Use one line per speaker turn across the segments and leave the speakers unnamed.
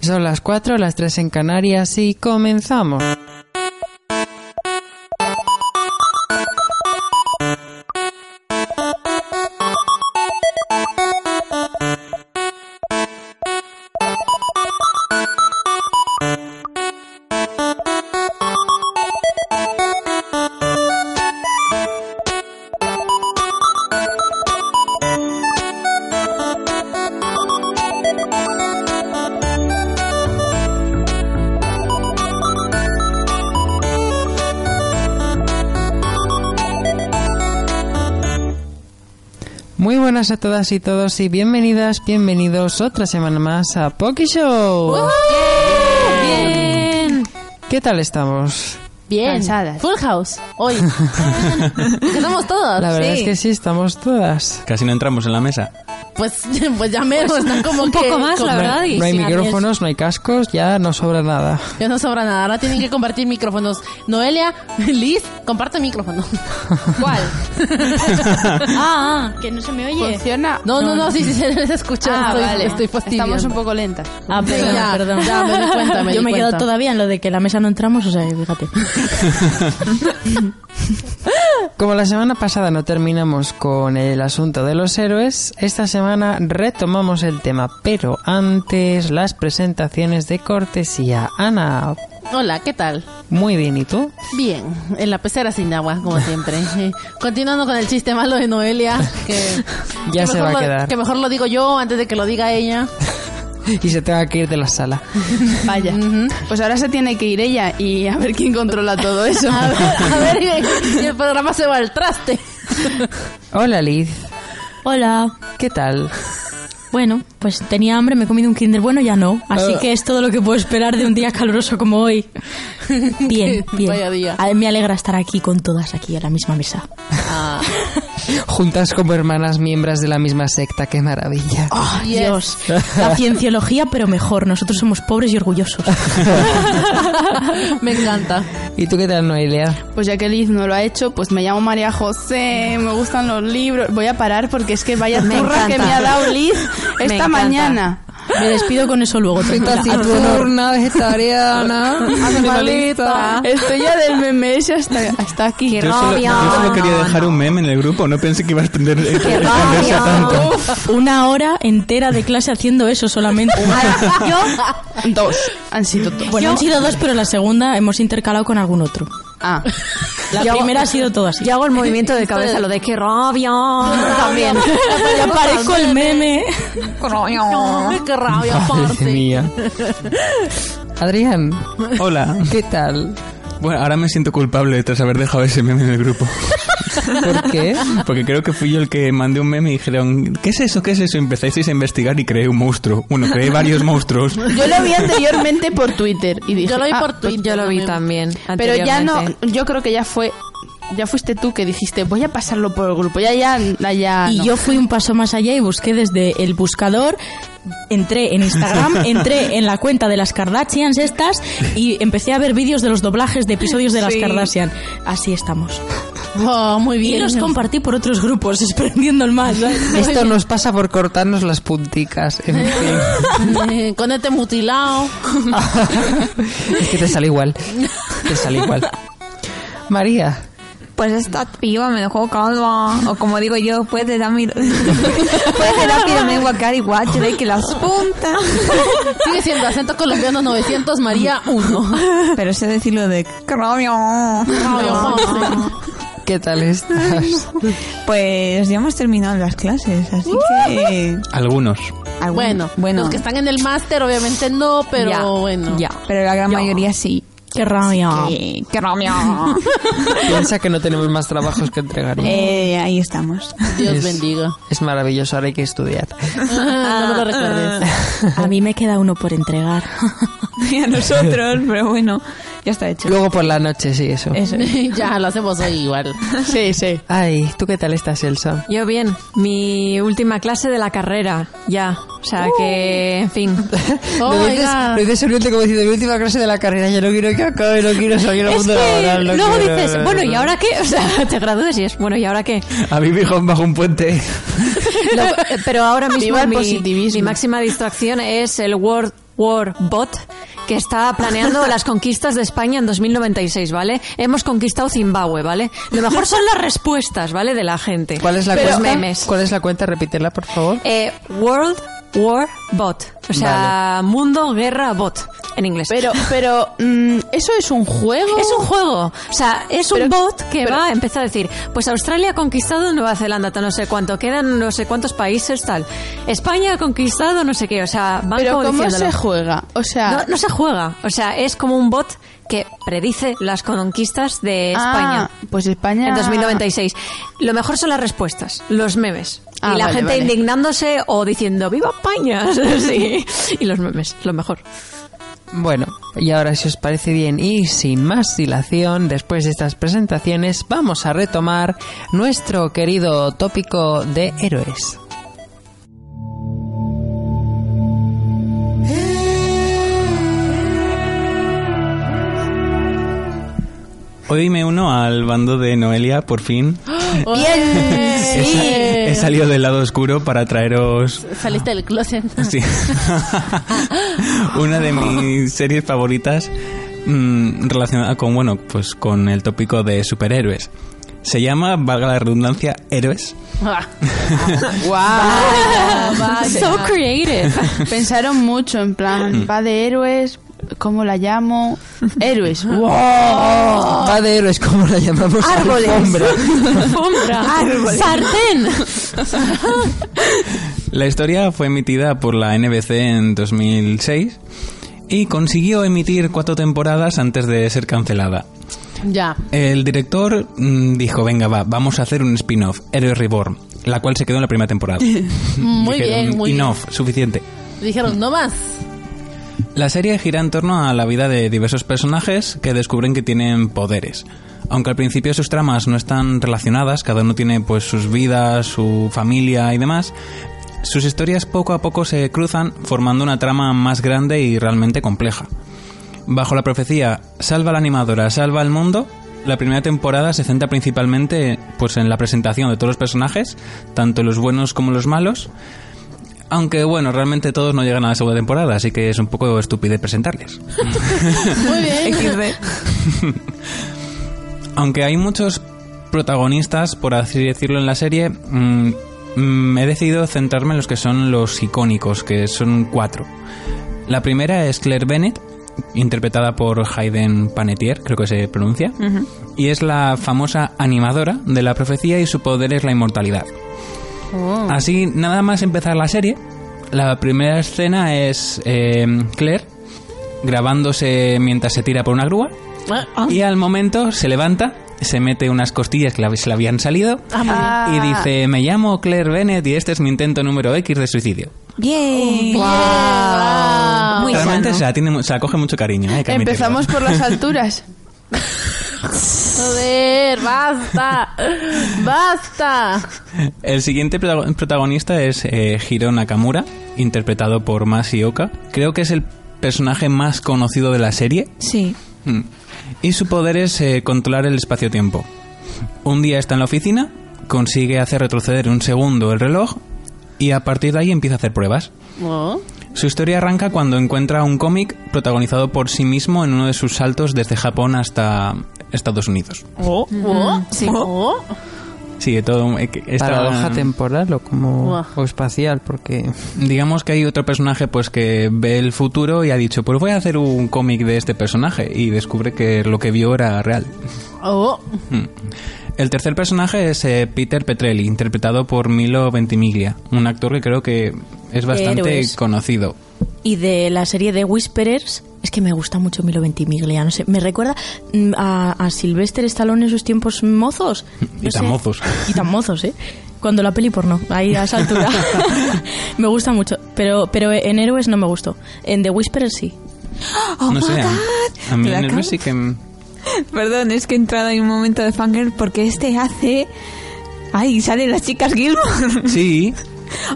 Son las 4, las 3 en Canarias y comenzamos. Muy buenas a todas y todos y bienvenidas, bienvenidos otra semana más a Poki Show.
Uh-huh.
Bien.
¿Qué tal estamos?
Bien.
Cansadas.
Full house. Hoy. que somos todos.
Oh,
La verdad
sí.
es que sí, estamos todas.
Casi no entramos en la mesa.
Pues, pues ya menos. ¿no? Como
un
que-
poco más, la
como-
verdad, y-
No hay
sí,
micrófonos, no hay cascos, ya no sobra nada.
Ya no sobra nada. Ahora tienen que compartir micrófonos. Noelia, Liz, comparte micrófono.
¿Cuál? ah, ah, que no se me oye.
¿Funciona?
No, no, no, sí, sí, se les escucha.
Ah,
estoy,
vale.
estoy fastidiando.
Estamos un poco lentas.
Ah,
Sí,
perdón,
ya,
perdón. Ya, me di cuenta, me
Yo
di
me quedo
cuenta.
todavía en lo de que la mesa no entramos, o sea, fíjate.
Como la semana pasada no terminamos con el asunto de los héroes, esta semana retomamos el tema, pero antes las presentaciones de cortesía. Ana,
Hola, ¿qué tal?
muy bien, ¿y tú?
Bien, en la pecera sin agua, como siempre. Eh, Continuando con el chiste malo de Noelia, que,
Ya
que
se
mejor
va a
lo-
quedar.
Que mejor lo digo yo antes de que lo diga ella.
Y se tenga que ir de la sala.
Vaya.
Pues ahora se tiene que ir ella y a ver quién controla todo eso.
A ver, a ver, y- y el programa se va al traste.
Hola, Liz,
Hola.
¿qué tal?
Bueno, pues tenía hambre, me he comido un Kinder. Bueno, ya no. Así que es todo lo que puedo esperar de un día caluroso como hoy. Bien, bien.
Vaya día.
A- Me alegra estar aquí con todas, aquí a la misma mesa.
Ah.
Juntas como hermanas miembros de la misma secta, qué maravilla.
Yes.
Dios. La cienciología, pero mejor. Nosotros somos pobres y orgullosos.
Me encanta.
¿Y tú qué tal, Noelia?
Pues ya que Liz no lo ha hecho, pues me llamo María José, me gustan los libros. Voy a parar porque es que vaya
Me
turra que
encanta.
me ha dado Liz
Me
esta
encanta.
mañana.
Me despido con eso luego. tranquila. A tu honor.
vegetariana,
Estoy ya del meme ese hasta, hasta aquí.
Yo solo,
novio.
yo solo quería
No,
dejar un meme en el grupo, no pensé que iba a extender- extenderse
novio.
tanto.
Una hora entera de clase haciendo eso solamente.
Dos. Han sido dos.
Bueno, han sido dos, pero la segunda hemos intercalado con algún otro.
Ah.
La
Yo-
primera ha sido todo así.
Yo hago el movimiento de cabeza, lo de que rabia.
Ah,
También.
Ya parezco el meme.
Qué rabia, aparte.
mía. Adrián,
Hola.
¿qué tal?
Bueno, ahora me siento culpable tras haber dejado ese meme en el grupo.
¿Por qué?
Porque creo que fui yo el que mandé un meme y dijeron, ¿qué es eso? ¿Qué es eso? Empezasteis a investigar y creé un monstruo. Bueno, creé varios monstruos.
Yo lo vi anteriormente por Twitter y dije,
Yo lo vi
ah,
por Twitter.
Yo lo vi también.
Pero ya no,
anteriormente.
yo creo que ya fue, ya fuiste tú que dijiste, voy a pasarlo por el grupo. Ya, ya, ya.
Ah,
ya
Y
no.
yo fui un paso más allá y busqué desde el buscador, entré en Instagram, entré en la cuenta de las Kardashians estas y empecé a ver vídeos de los doblajes de episodios de las
Sí.
Kardashian. Así estamos.
Oh, muy
Y
bien.
los compartí por otros grupos, expandiendo el más.
Esto nos pasa por cortarnos las punticas. En fin.
Eh, con este mutilado.
es que te sale igual. Te sale igual. María,
Pues esta piba me dejó calma. O como digo yo, puede de mi... puede dar mi domingo a Cari Guacho de que las puntas.
Sigue siendo acento colombiano 900 María 1.
Pero sé decirlo de cromio.
¿qué tal estás?
Pues ya hemos terminado las clases, así que...
Algunos.
algún-
Bueno,
bueno.
los que están en el máster obviamente no, pero
Ya,
bueno.
Ya, pero la gran mayoría sí.
Qué rabia.
Eh, cromio.
Piensa que no tenemos más trabajos que entregar.
Eh, ahí estamos.
Dios
Es-
bendiga.
Es maravilloso, ahora hay que estudiar.
no me lo recuerdes.
A mí me queda uno por entregar.
Y a nosotros, pero bueno, ya está hecho.
Luego por la noche, sí, eso.
Eh.
Eso.
ya, lo hacemos hoy igual.
Sí, sí.
Ay, ¿tú qué tal estás, Elsa?
Yo bien, mi última clase de la carrera, ya. O sea que, en fin.
Oh
lo
my
dices,
God.
lo dices sonriente como diciendo, mi última clase de la carrera, yo no quiero que acabe, no quiero salir al
Es
mundo
que
laboral. no
luego
quiero,
dices,
no, no,
bueno,
no".
¿y ahora qué? O sea, te gradúes y es, bueno, ¿y ahora qué?
A mí me dijo bajo un puente.
Lo- eh, pero ahora mismo
Viva el
mi,
positivismo.
mi
eh,
máxima distracción es el Word Warbot, que está planeando las conquistas de España en 2096, ¿vale? Hemos conquistado Zimbabue, ¿vale? Lo mejor son las respuestas, ¿vale? De la gente.
¿Cuál es la
Los
cuenta?
memes.
¿Cuál es la cuenta? Repítela, por favor.
Eh, World War Bot. O sea, mundo guerra bot en inglés.
Pero, pero, mm, ¿eso es un juego?
Es un juego, o sea, es un
Pero-
bot que
pero-
va a empezar a decir, pues Australia ha conquistado Nueva Zelanda, tal no sé cuánto, quedan no sé cuántos países, tal. España ha conquistado no sé qué, o sea, van
Pero
como
¿cómo
diciéndolo.
se juega? O sea,
No, no se juega, o sea, es como un bot que predice las conquistas de
ah,
España.
Pues España.
En 2096. Lo mejor son las respuestas, los memes.
Ah,
y la
vale,
gente
vale.
indignándose o diciendo ¡Viva España! sí. Y los memes, lo mejor.
Bueno, y ahora si os parece bien y sin más dilación, después de estas presentaciones vamos a retomar nuestro querido tópico de héroes.
Hoy me uno al bando de Noelia, por fin.
¡Bien!
He sa- He salido del lado oscuro para traeros
Saliste del closet.
Sí. Una de mis series favoritas mm, relacionada con, bueno, pues con el tópico de superhéroes. Se llama, valga la redundancia, Héroes.
Ah,
So creative.
Ah, Pensaron mucho en plan, va de héroes, ¿cómo la llamo? Héroes. wow.
Va de héroes, como la llamamos. Alfombra.
¡Sartén!
La historia fue emitida por la NBC en 2006 y consiguió emitir cuatro temporadas antes de ser cancelada.
Ya.
El director mm, dijo, venga, va, vamos a hacer un spin-off, Héroes Reborn, la cual se quedó en la primera temporada.
Muy
Dijeron,
bien, muy bien.
Enough, suficiente.
Dijeron, no más.
La serie gira en torno a la vida de diversos personajes que descubren que tienen poderes. Aunque al principio sus tramas no están relacionadas, cada uno tiene pues sus vidas, su familia y demás, sus historias poco a poco se cruzan formando una trama más grande y realmente compleja. Bajo la profecía Salva a la animadora, salva al mundo, la primera temporada se centra principalmente pues en la presentación de todos los personajes, tanto los buenos como los malos, aunque bueno, realmente todos no llegan a la segunda temporada, así que es un poco estúpido presentarles.
Muy bien.
Aunque hay muchos protagonistas, por así decirlo, en la serie, mm, mm, he decidido centrarme en los que son los icónicos, que son cuatro. La primera es Claire Bennett, interpretada por Hayden Panettiere, creo que se pronuncia, y es la famosa animadora de la profecía y su poder es la inmortalidad. Así, nada más empezar la serie, la primera escena es eh, Claire grabándose mientras se tira por una grúa
Ah.
y al momento se levanta, se mete unas costillas que la- se le habían salido
Ah,
y dice, me llamo Claire Bennett y este es mi intento número X de suicidio.
Bien.
Wow.
Muy
Realmente
sano.
se la, tiene mu- se la coge mucho cariño. ¿eh? hay que admitirlo.
Empezamos por las alturas.
Joder, basta. Basta.
El siguiente protago- protagonista es eh, Hiro Nakamura, interpretado por Masioka. Creo que es el personaje más conocido de la serie.
Sí.
Mm. Y su poder es eh, controlar el espacio-tiempo. Un día está en la oficina, consigue hacer retroceder un segundo el reloj y a partir de ahí empieza a hacer pruebas.
Oh.
Su historia arranca cuando encuentra un cómic protagonizado por sí mismo en uno de sus saltos desde Japón hasta Estados Unidos.
Oh. Oh. Oh.
Sí, de todo. eh, que esta-
Paradoja temporal o como
Buah. Mm.
o espacial, porque
digamos que hay otro personaje pues que ve el futuro y ha dicho, pues voy a hacer un cómic de este personaje y descubre que lo que vio era real.
Oh.
Mm. El tercer personaje es eh, Peter Petrelli, interpretado por Milo Ventimiglia, un actor que creo que es bastante
Héroes.
conocido.
Y de la serie de Whisperers, es que me gusta mucho Milo Ventimiglia, no sé, me recuerda mm, a, a Sylvester Stallone en sus tiempos mozos.
Y
no
tan
sé.
mozos.
Y tan mozos, ¿eh? Cuando la peli porno, ahí a esa altura. me gusta mucho, pero, pero en Héroes no me gustó. En The Whisperers sí.
no sé, a- a mí
Oh Te la
en el
acabo-
sí que... m-
Perdón, es que he entrado en un momento de fangirl porque este hace... Ay, salen las chicas Gilmore.
Sí,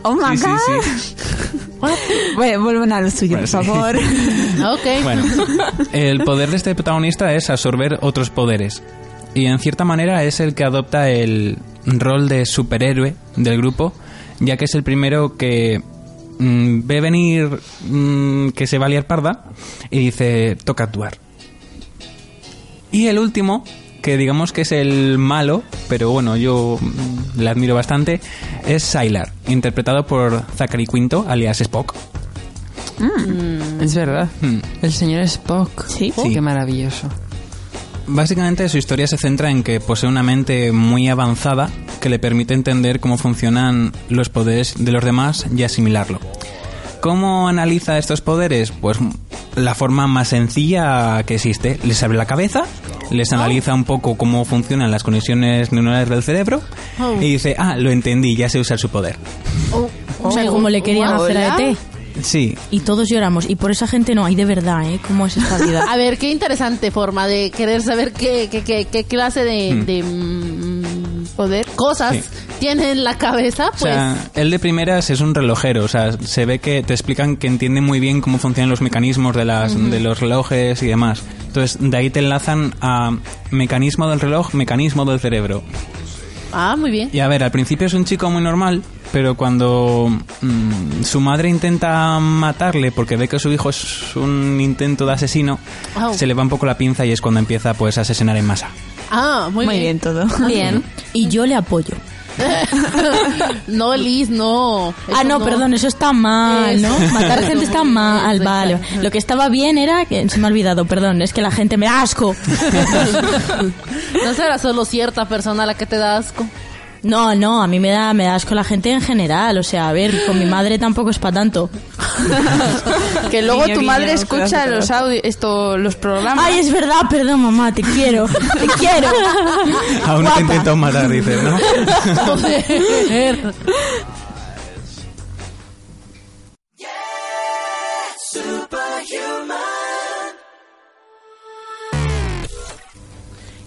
Oh my
sí, sí,
god.
sí.
Bueno, vuelvan a lo suyo,
Bueno,
por
sí.
favor.
Ok.
Bueno, el poder de este protagonista es absorber otros poderes. Y en cierta manera es el que adopta el rol de superhéroe del grupo, ya que es el primero que mm, ve venir mm, que se va a liar parda y dice, toca actuar. Y el último, que digamos que es el malo, pero bueno, yo mm, le admiro bastante, es Sylar, interpretado por Zachary Quinto, alias Spock.
Es verdad.
Mm.
El señor Spock.
Sí.
Oh, Qué maravilloso.
Básicamente su historia se centra en que posee una mente muy avanzada que le permite entender cómo funcionan los poderes de los demás y asimilarlo. ¿Cómo analiza estos poderes? Pues la forma más sencilla que existe. Les abre la cabeza, les analiza un poco cómo funcionan las conexiones neuronales del cerebro
Oh.
y dice, ah, lo entendí, ya sé usar su poder.
O sea, como le querían hacer a E ET.
Sí,
Y todos lloramos. Y por esa gente no hay, de verdad, ¿eh? ¿Cómo es esta vida?
A ver, qué interesante forma de querer saber qué, qué, qué, qué clase de, de, mm, poder, cosas
Hmm. Sí.
tiene en la cabeza,
O
pues...
sea, él de primeras es un relojero, o sea, se ve que te explican que entiende muy bien cómo funcionan los mecanismos de, las, de los relojes y demás. Entonces, de ahí te enlazan a mecanismo del reloj, mecanismo del cerebro.
Ah, muy bien.
Y a ver, al principio es un chico muy normal, pero cuando mm, su madre intenta matarle porque ve que su hijo es un intento de asesino,
Au.
se le va un poco la pinza y es cuando empieza pues a asesinar en masa.
Ah, muy,
Muy bien todo.
Bien.
Y yo le apoyo.
no, Liz, no.
ah,
Eso
no, perdón, eso está mal, ¿no?
Eso.
Matar gente está mal,
Eso,
vale.
exacto.
Lo que estaba bien era que se me ha olvidado, perdón, es que la gente me da asco.
No será solo cierta persona a la que te da asco.
No, no, a mí me da, me da asco la gente en general, o sea, a ver, con mi madre tampoco es para tanto.
Que luego
Guiño,
tu
guiño,
madre
pedazo,
escucha
pedazo.
los audio, esto, los programas.
Ay, es verdad, perdón, mamá, te quiero, te quiero.
Aún no te
Guapa.
intentó matar, dices, ¿no?
Joder.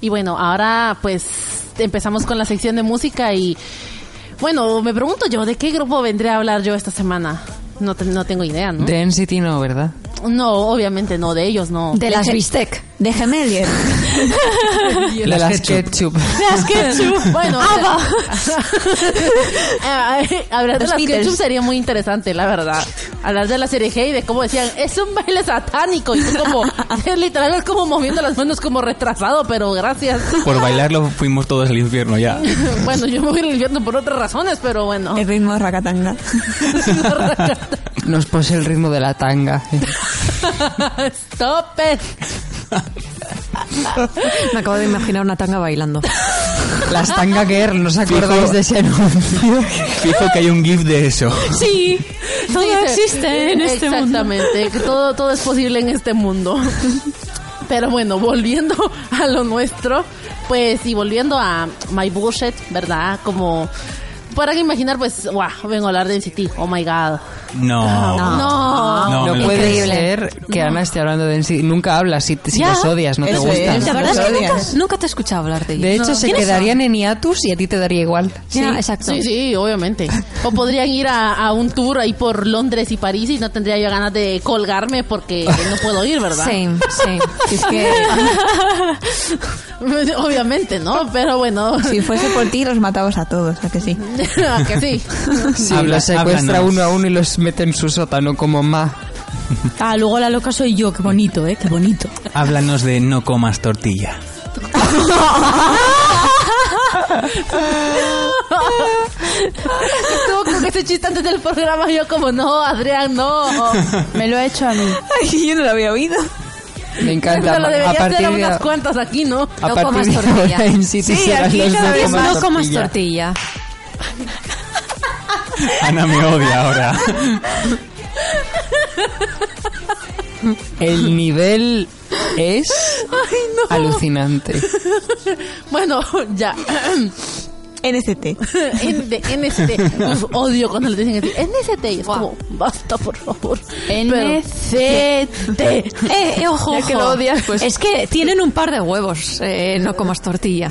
Y bueno, ahora pues empezamos con la sección de música y bueno, me pregunto yo, ¿de qué grupo vendré a hablar yo esta semana? No, te- no tengo idea, ¿no?
De NCT no, ¿verdad?
No, obviamente no, de ellos no.
De las bistec.
De gemelia.
De
Las
las ketchup.
Bueno, eh, hablar de
Los
las
Beatles.
ketchup sería muy interesante, la verdad. Hablar de la serie G y de cómo decían, es un baile satánico. Y tú como, es literal, es como moviendo las manos como retrasado, pero gracias.
Por bailarlo fuimos todos al infierno ya.
Bueno, yo me voy al infierno por otras razones, pero bueno.
El ritmo de racatanga.
Nos posee el ritmo de la tanga.
Stop it.
Me acabo de imaginar una tanga bailando.
Las tanga girl, ¿no os acordáis de ese anuncio?
Fijo que hay un gif de eso.
Sí, todo
Sí, sí.
existe en este mundo.
Exactamente, que todo, todo es posible en este mundo. Pero bueno, volviendo a lo nuestro, pues y volviendo a My Bullshit, ¿verdad? Como para que imaginar, pues, wow, vengo a hablar de NCT, oh my god.
No.
No,
Ah,
No, me
No
lo
puede
Increíble.
ser que Ana esté hablando de NCT. Nunca hablas si, si los odias, no te
eso
gustan.
es.
La verdad es que nunca,
Odias.
nunca te he escuchado hablar de ellos.
De hecho, se
¿Quiénes
quedarían en hiatus y a ti te daría igual.
son? Ya, exacto.
Sí, sí, obviamente. O podrían ir a, a un tour ahí por Londres y París y no tendría yo ganas de colgarme porque no puedo ir, ¿verdad?
Same, same. Es que
Obviamente, ¿no? Pero bueno,
Si fuese por ti, los matabas a todos, ¿a que sí?
¿a que sí.
Sí,
Habla-
los secuestra
háblanos.
uno a uno y los mete en su sótano como ma.
Ah, luego la loca soy yo, qué bonito, ¿eh? Qué bonito.
Háblanos de no comas tortilla.
Estuvo con ese este chiste antes del programa. Yo, como, no, Adrián, no.
Me lo ha hecho a mí.
Ay, yo no lo había oído.
Me encanta.
Pero lo
a
deberías
partir
hacer a
de,
unas cuantas aquí, ¿no?
a
No
partir
comas
de
tortilla.
ahora ¿eh? en sí,
Sí,
serán
aquí
los
cada
de
vez
comas
no comas tortilla.
Ana me odia ahora.
El nivel es alucinante.
Bueno, ya.
NCT.
En- de NST. Uf, odio cuando le dicen así. NST. Y es como, basta, por favor. Pero-
NCT.
Eh, eh, ojo,
Ya que
ojo.
lo odias, pues-
Es que tienen un par de huevos, eh, no comas tortilla.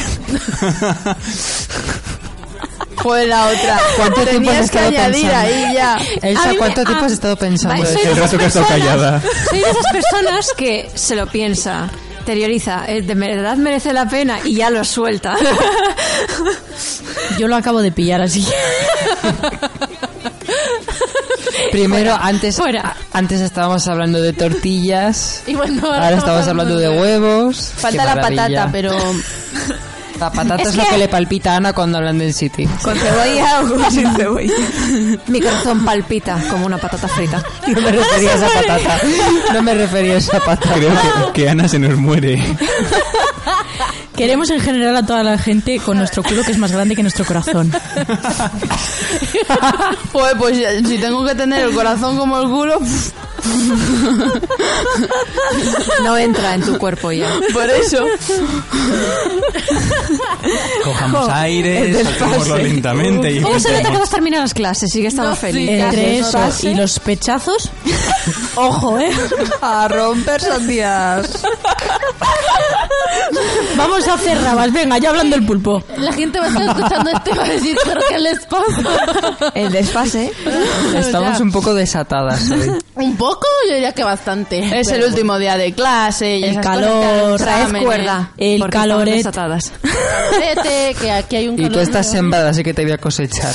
Joder, la otra.
¿Cuánto tiempo has
Tenías que
estado
añadir
pensando?
ahí ya.
Elsa,
mí me-
¿cuánto tiempo
ah,
has estado pensando?
Vale, soy
El
de esas
rato que has estado
personas-
callada.
Soy de esas personas que se lo piensa, interioriza, eh, de verdad merece la pena y ya lo suelta.
Yo lo acabo de pillar así.
Primero,
fuera,
antes,
fuera.
antes estábamos hablando de tortillas.
Y bueno, ahora
ahora estamos hablando de huevos.
Falta
Qué
la
maravilla.
patata, pero
La patata es,
Es
lo
que-
que le palpita a Ana cuando hablan del City.
¿Con cebolla o con sin cebolla?
Mi corazón palpita como una patata frita.
No me refería a esa patata. No me refería a esa patata.
Creo que, que Ana se nos muere.
Queremos en general a toda la gente con nuestro culo que es más grande que nuestro corazón.
Joder, pues ya- si tengo que tener el corazón como el culo,
No entra en tu cuerpo ya.
por eso.
Cojamos aire, soltémoslo lentamente y
¿Cómo se nota que
entremos.
vas a terminar las clases y que estamos
No, sí,
felices?
Entre
eso
eso
pase.
Eh, y los pechazos, ojo, ¿eh?
A romper sandías.
Vamos a hacer rabas. Venga, ya hablando el pulpo.
La gente va a estar escuchando esto y va a decir, pero ¿qué les pasa?
El desfase.
Estamos
Ya.
un poco desatadas hoy.
Un poco, yo diría que bastante.
Es
Pero
el último día de clase y
El
esas
calor,
cosas,
Traed
exámenes.
cuerda.
¿eh?
El
porque estamos
caloret.
desatadas.
bueno, vete, que aquí hay un
Y tú
calor
estás
feo.
sembrada, así que te voy a cosechar.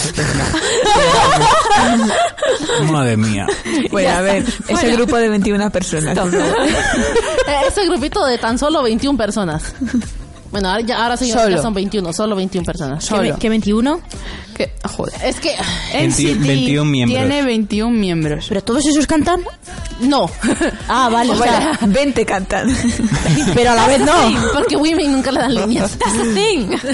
Madre mía.
Bueno, a ver, ese grupo de 21 personas.
Eh, Ese grupito de tan solo 21 personas. Bueno, ahora, ya, ahora señores, ya
Solo.
son 21, solo 21 personas.
¿Qué, ve-
Solo.
qué 21?
Que- Joder.
Es que,
Veinti-
NCT
21 miembros.
Tiene 21 miembros.
¿Pero todos esos cantan?
no.
Ah, vale. o sea,
20 cantan.
pero a la vez
Sí,
no.
porque Women nunca le dan líneas.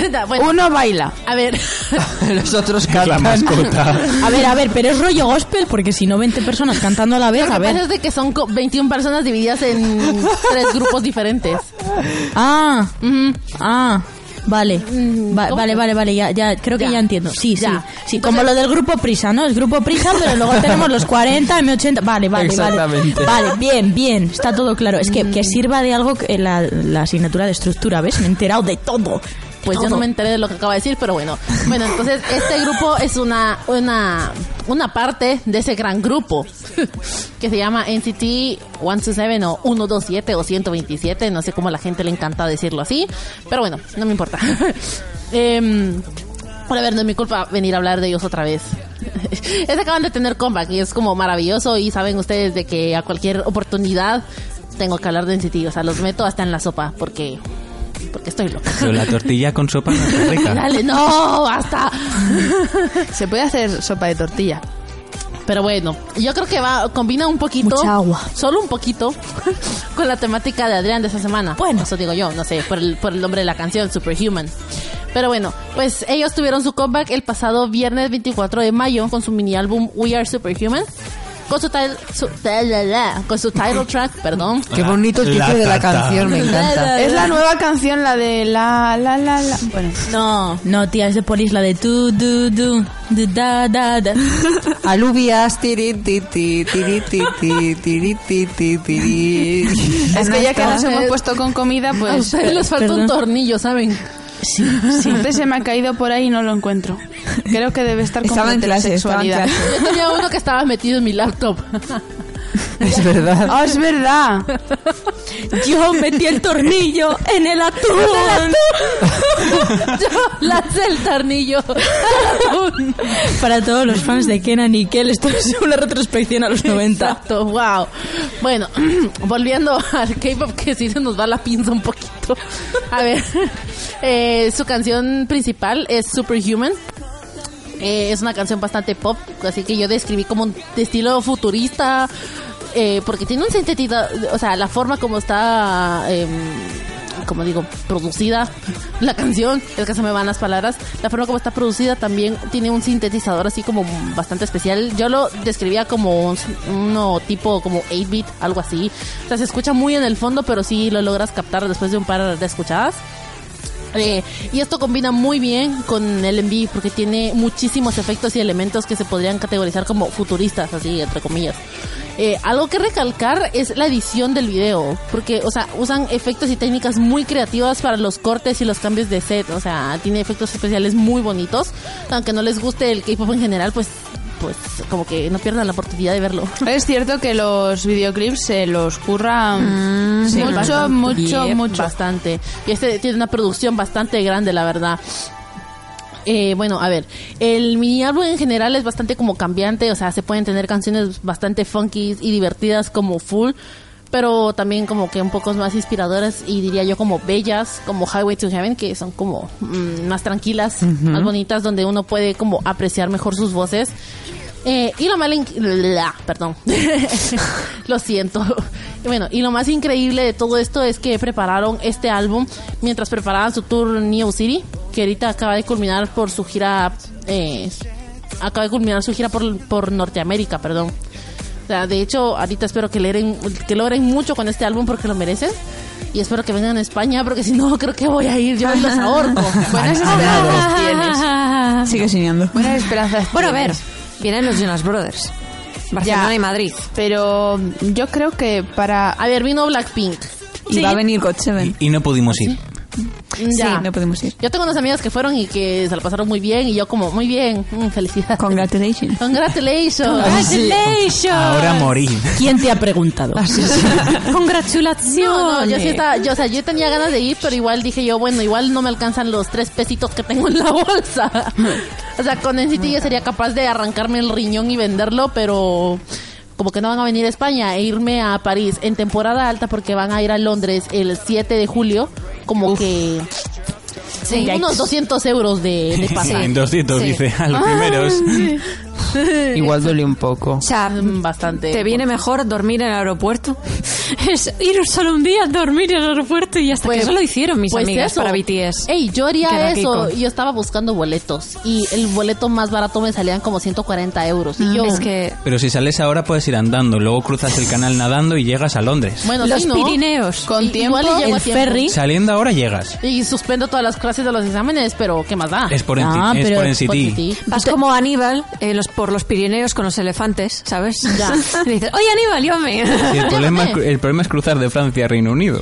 Da, bueno,
Uno baila.
a ver.
Los otros
Es la
cantan.
mascota.
A ver, a ver, pero es rollo gospel porque si no 20 personas cantando a la
Lo
vez,
que
a
pasa
ver.
es de que son co- 21 personas divididas en tres grupos diferentes.
Ah, ujú, ah. Vale,
Mm,
Va-
¿cómo
vale,
que-
vale, vale, ya, ya, creo que
Ya.
ya, entiendo. Sí,
Ya.
sí, sí, como lo del grupo Prisa, ¿no? Es grupo Prisa, pero luego tenemos los 40, M80, vale, vale,
Exactamente.
vale. Vale, bien, bien, está todo claro. Es
Mm.
que, que sirva de algo que- la, la asignatura de estructura, ¿ves? Me he enterado de todo. de
Pues yo
todo.
no me enteré de lo que acaba de decir, pero bueno. Bueno, entonces este grupo es una, una, una parte de ese gran grupo que se llama NCT 127 o 127 o 127. No sé cómo a la gente le encanta decirlo así, pero bueno, no me importa. Em, bueno, a ver, no es mi culpa venir a hablar de ellos otra vez. es que acaban de tener comeback y es como maravilloso y saben ustedes de que a cualquier oportunidad tengo que hablar de NCT. O sea, los meto hasta en la sopa porque... Porque estoy loca.
Pero la tortilla con sopa no está
Ah.
rica.
Dale, no, basta.
Se puede hacer sopa de tortilla.
Pero bueno, yo creo que va, combina un poquito.
Mucha agua.
Solo un poquito. Con la temática de Adrián de esta semana.
Bueno.
Eso digo yo, no sé, por el, por el nombre de la canción, Superhuman. Pero bueno, pues ellos tuvieron su comeback el pasado viernes 24 de mayo con su mini álbum We Are Superhuman. Con su, title- su- la, la, la, con su title track, perdón.
Qué bonito el
La
título de la
tata.
canción, me encanta.
Es la nueva canción, la de la, la, la, la. Bueno,
No, no, tía, es de Polis, la de tú, du, du, du, da, da, da.
Alubias, tiri, tiri, tiri, tiri, tiri, tiri, tiri.
es que ya que nos
está.
hemos puesto con comida,
A
pues.
ustedes les falta un
perdón.
tornillo, ¿saben?
Sí, sí.
Siempre se me ha caído por ahí y no lo encuentro. Creo que debe estar con
Estaba
mi
en clase, estaba en
heterosexualidad.
clase.
Yo tenía uno que estaba metido en mi laptop.
Es verdad.
Ah, es verdad.
Yo metí el tornillo en el atún.
Yo lancé el tornillo.
Para todos los fans de Kenan y Kel, esto es una retrospección a los 90.
Exacto, wow. Bueno, volviendo al K-pop que sí se nos va la pinza un poquito. A ver, eh, su canción principal es Superhuman. Eh, es una canción bastante pop, así que yo describí como un de estilo futurista, eh, porque tiene un sintetizador, o sea, la forma como está, eh, como digo, producida la canción, es que se me van las palabras, la forma como está producida también tiene un sintetizador así como bastante especial. Yo lo describía como un- uno tipo como 8-bit, algo así. O sea, se escucha muy en el fondo, pero sí lo logras captar después de un par de escuchadas. Eh, y esto combina muy bien con el MV porque tiene muchísimos efectos y elementos que se podrían categorizar como futuristas, así entre comillas. Eh, algo que recalcar es la edición del video, porque, o sea, usan efectos y técnicas muy creativas para los cortes y los cambios de set, o sea, tiene efectos especiales muy bonitos, aunque no les guste el K-pop en general, pues, pues, como que no pierdan la oportunidad de verlo.
Es cierto que los videoclips se los curran
Mm,
Sí,
mucho,
bastante.
mucho,
Yep,
mucho.
Bastante. Y este tiene una producción bastante grande, la verdad. eh, bueno, a ver, el mini álbum en general es bastante como cambiante, o sea, se pueden tener canciones bastante funky y divertidas como Full, pero también como que un poco más inspiradoras y diría yo como bellas, como Highway to Heaven, que son como mm, más tranquilas, más bonitas, donde uno puede como apreciar mejor sus voces. Eh, y lo mal in- la, perdón. lo siento. Y bueno, y lo más increíble de todo esto es que prepararon este álbum mientras preparaban su tour New City, que ahorita acaba de culminar por su gira eh, acaba de culminar su gira por, por Norteamérica, perdón. O sea, de hecho, ahorita espero que logren, que logren mucho con este álbum porque lo merecen. Y espero que vengan a España porque si no, creo que voy a ir. Yo ahí los ahorco.
Buenas esperanzas tienes. Sigue soñando.
Buenas esperanzas. Bueno, a ver,
tienes.
vienen los Jonas Brothers. Barcelona
Ya.
y Madrid.
Pero yo creo que para...
A ver, vino Blackpink.
Y va a venir God Seven.
Y no pudimos ir.
Mm, Ya.
Sí, no podemos ir.
Yo tengo unas amigas que fueron y que se lo pasaron muy bien y yo como, muy bien, mm, felicidades.
Congratulations.
Congratulations.
Ahora morí.
¿Quién te ha preguntado?
¡Congratulaciones!
No, no, yo sí estaba, yo, o sea, yo tenía ganas de ir, pero igual dije yo, bueno, igual no me alcanzan los tres pesitos que tengo en la bolsa. o sea, con NCT yo sería capaz de arrancarme el riñón y venderlo, pero como que no van a venir a España e irme a París en temporada alta porque van a ir a Londres el 7 de julio, como que
Sí.
unos 200 euros de, de pasar.
En 200
Sí.
dice, a los primeros.
Igual duele un poco.
O sea,
Mm, Bastante.
¿te viene mejor dormir en el aeropuerto?
Es ir solo un día, dormir en el aeropuerto y ya está.
Pues-
que eso lo hicieron mis
pues
amigas
eso.
para BTS.
Ey, yo
Qué
haría
ratico.
eso. Yo estaba buscando boletos y el boleto más barato me salían como 140 euros. Y yo,
Mm, Es que
Pero si sales ahora puedes ir andando, luego cruzas el canal nadando y llegas a Londres.
bueno,
Los
sí, ¿no?
Pirineos.
Con
Y-
tiempo,
igual y llego
el
a tiempo.
ferry.
Saliendo ahora llegas.
Y suspendo todas las clases de los exámenes, pero ¿qué más da?
Es por,
Ah,
en, es
pero-
por en City.
Porque sí.
vas como Aníbal eh, los, por los Pirineos con los elefantes, ¿sabes?
Ya.
Y dices, oye Aníbal, llévame.
Sí, el, problema, es- el problema es cruzar de Francia a Reino Unido.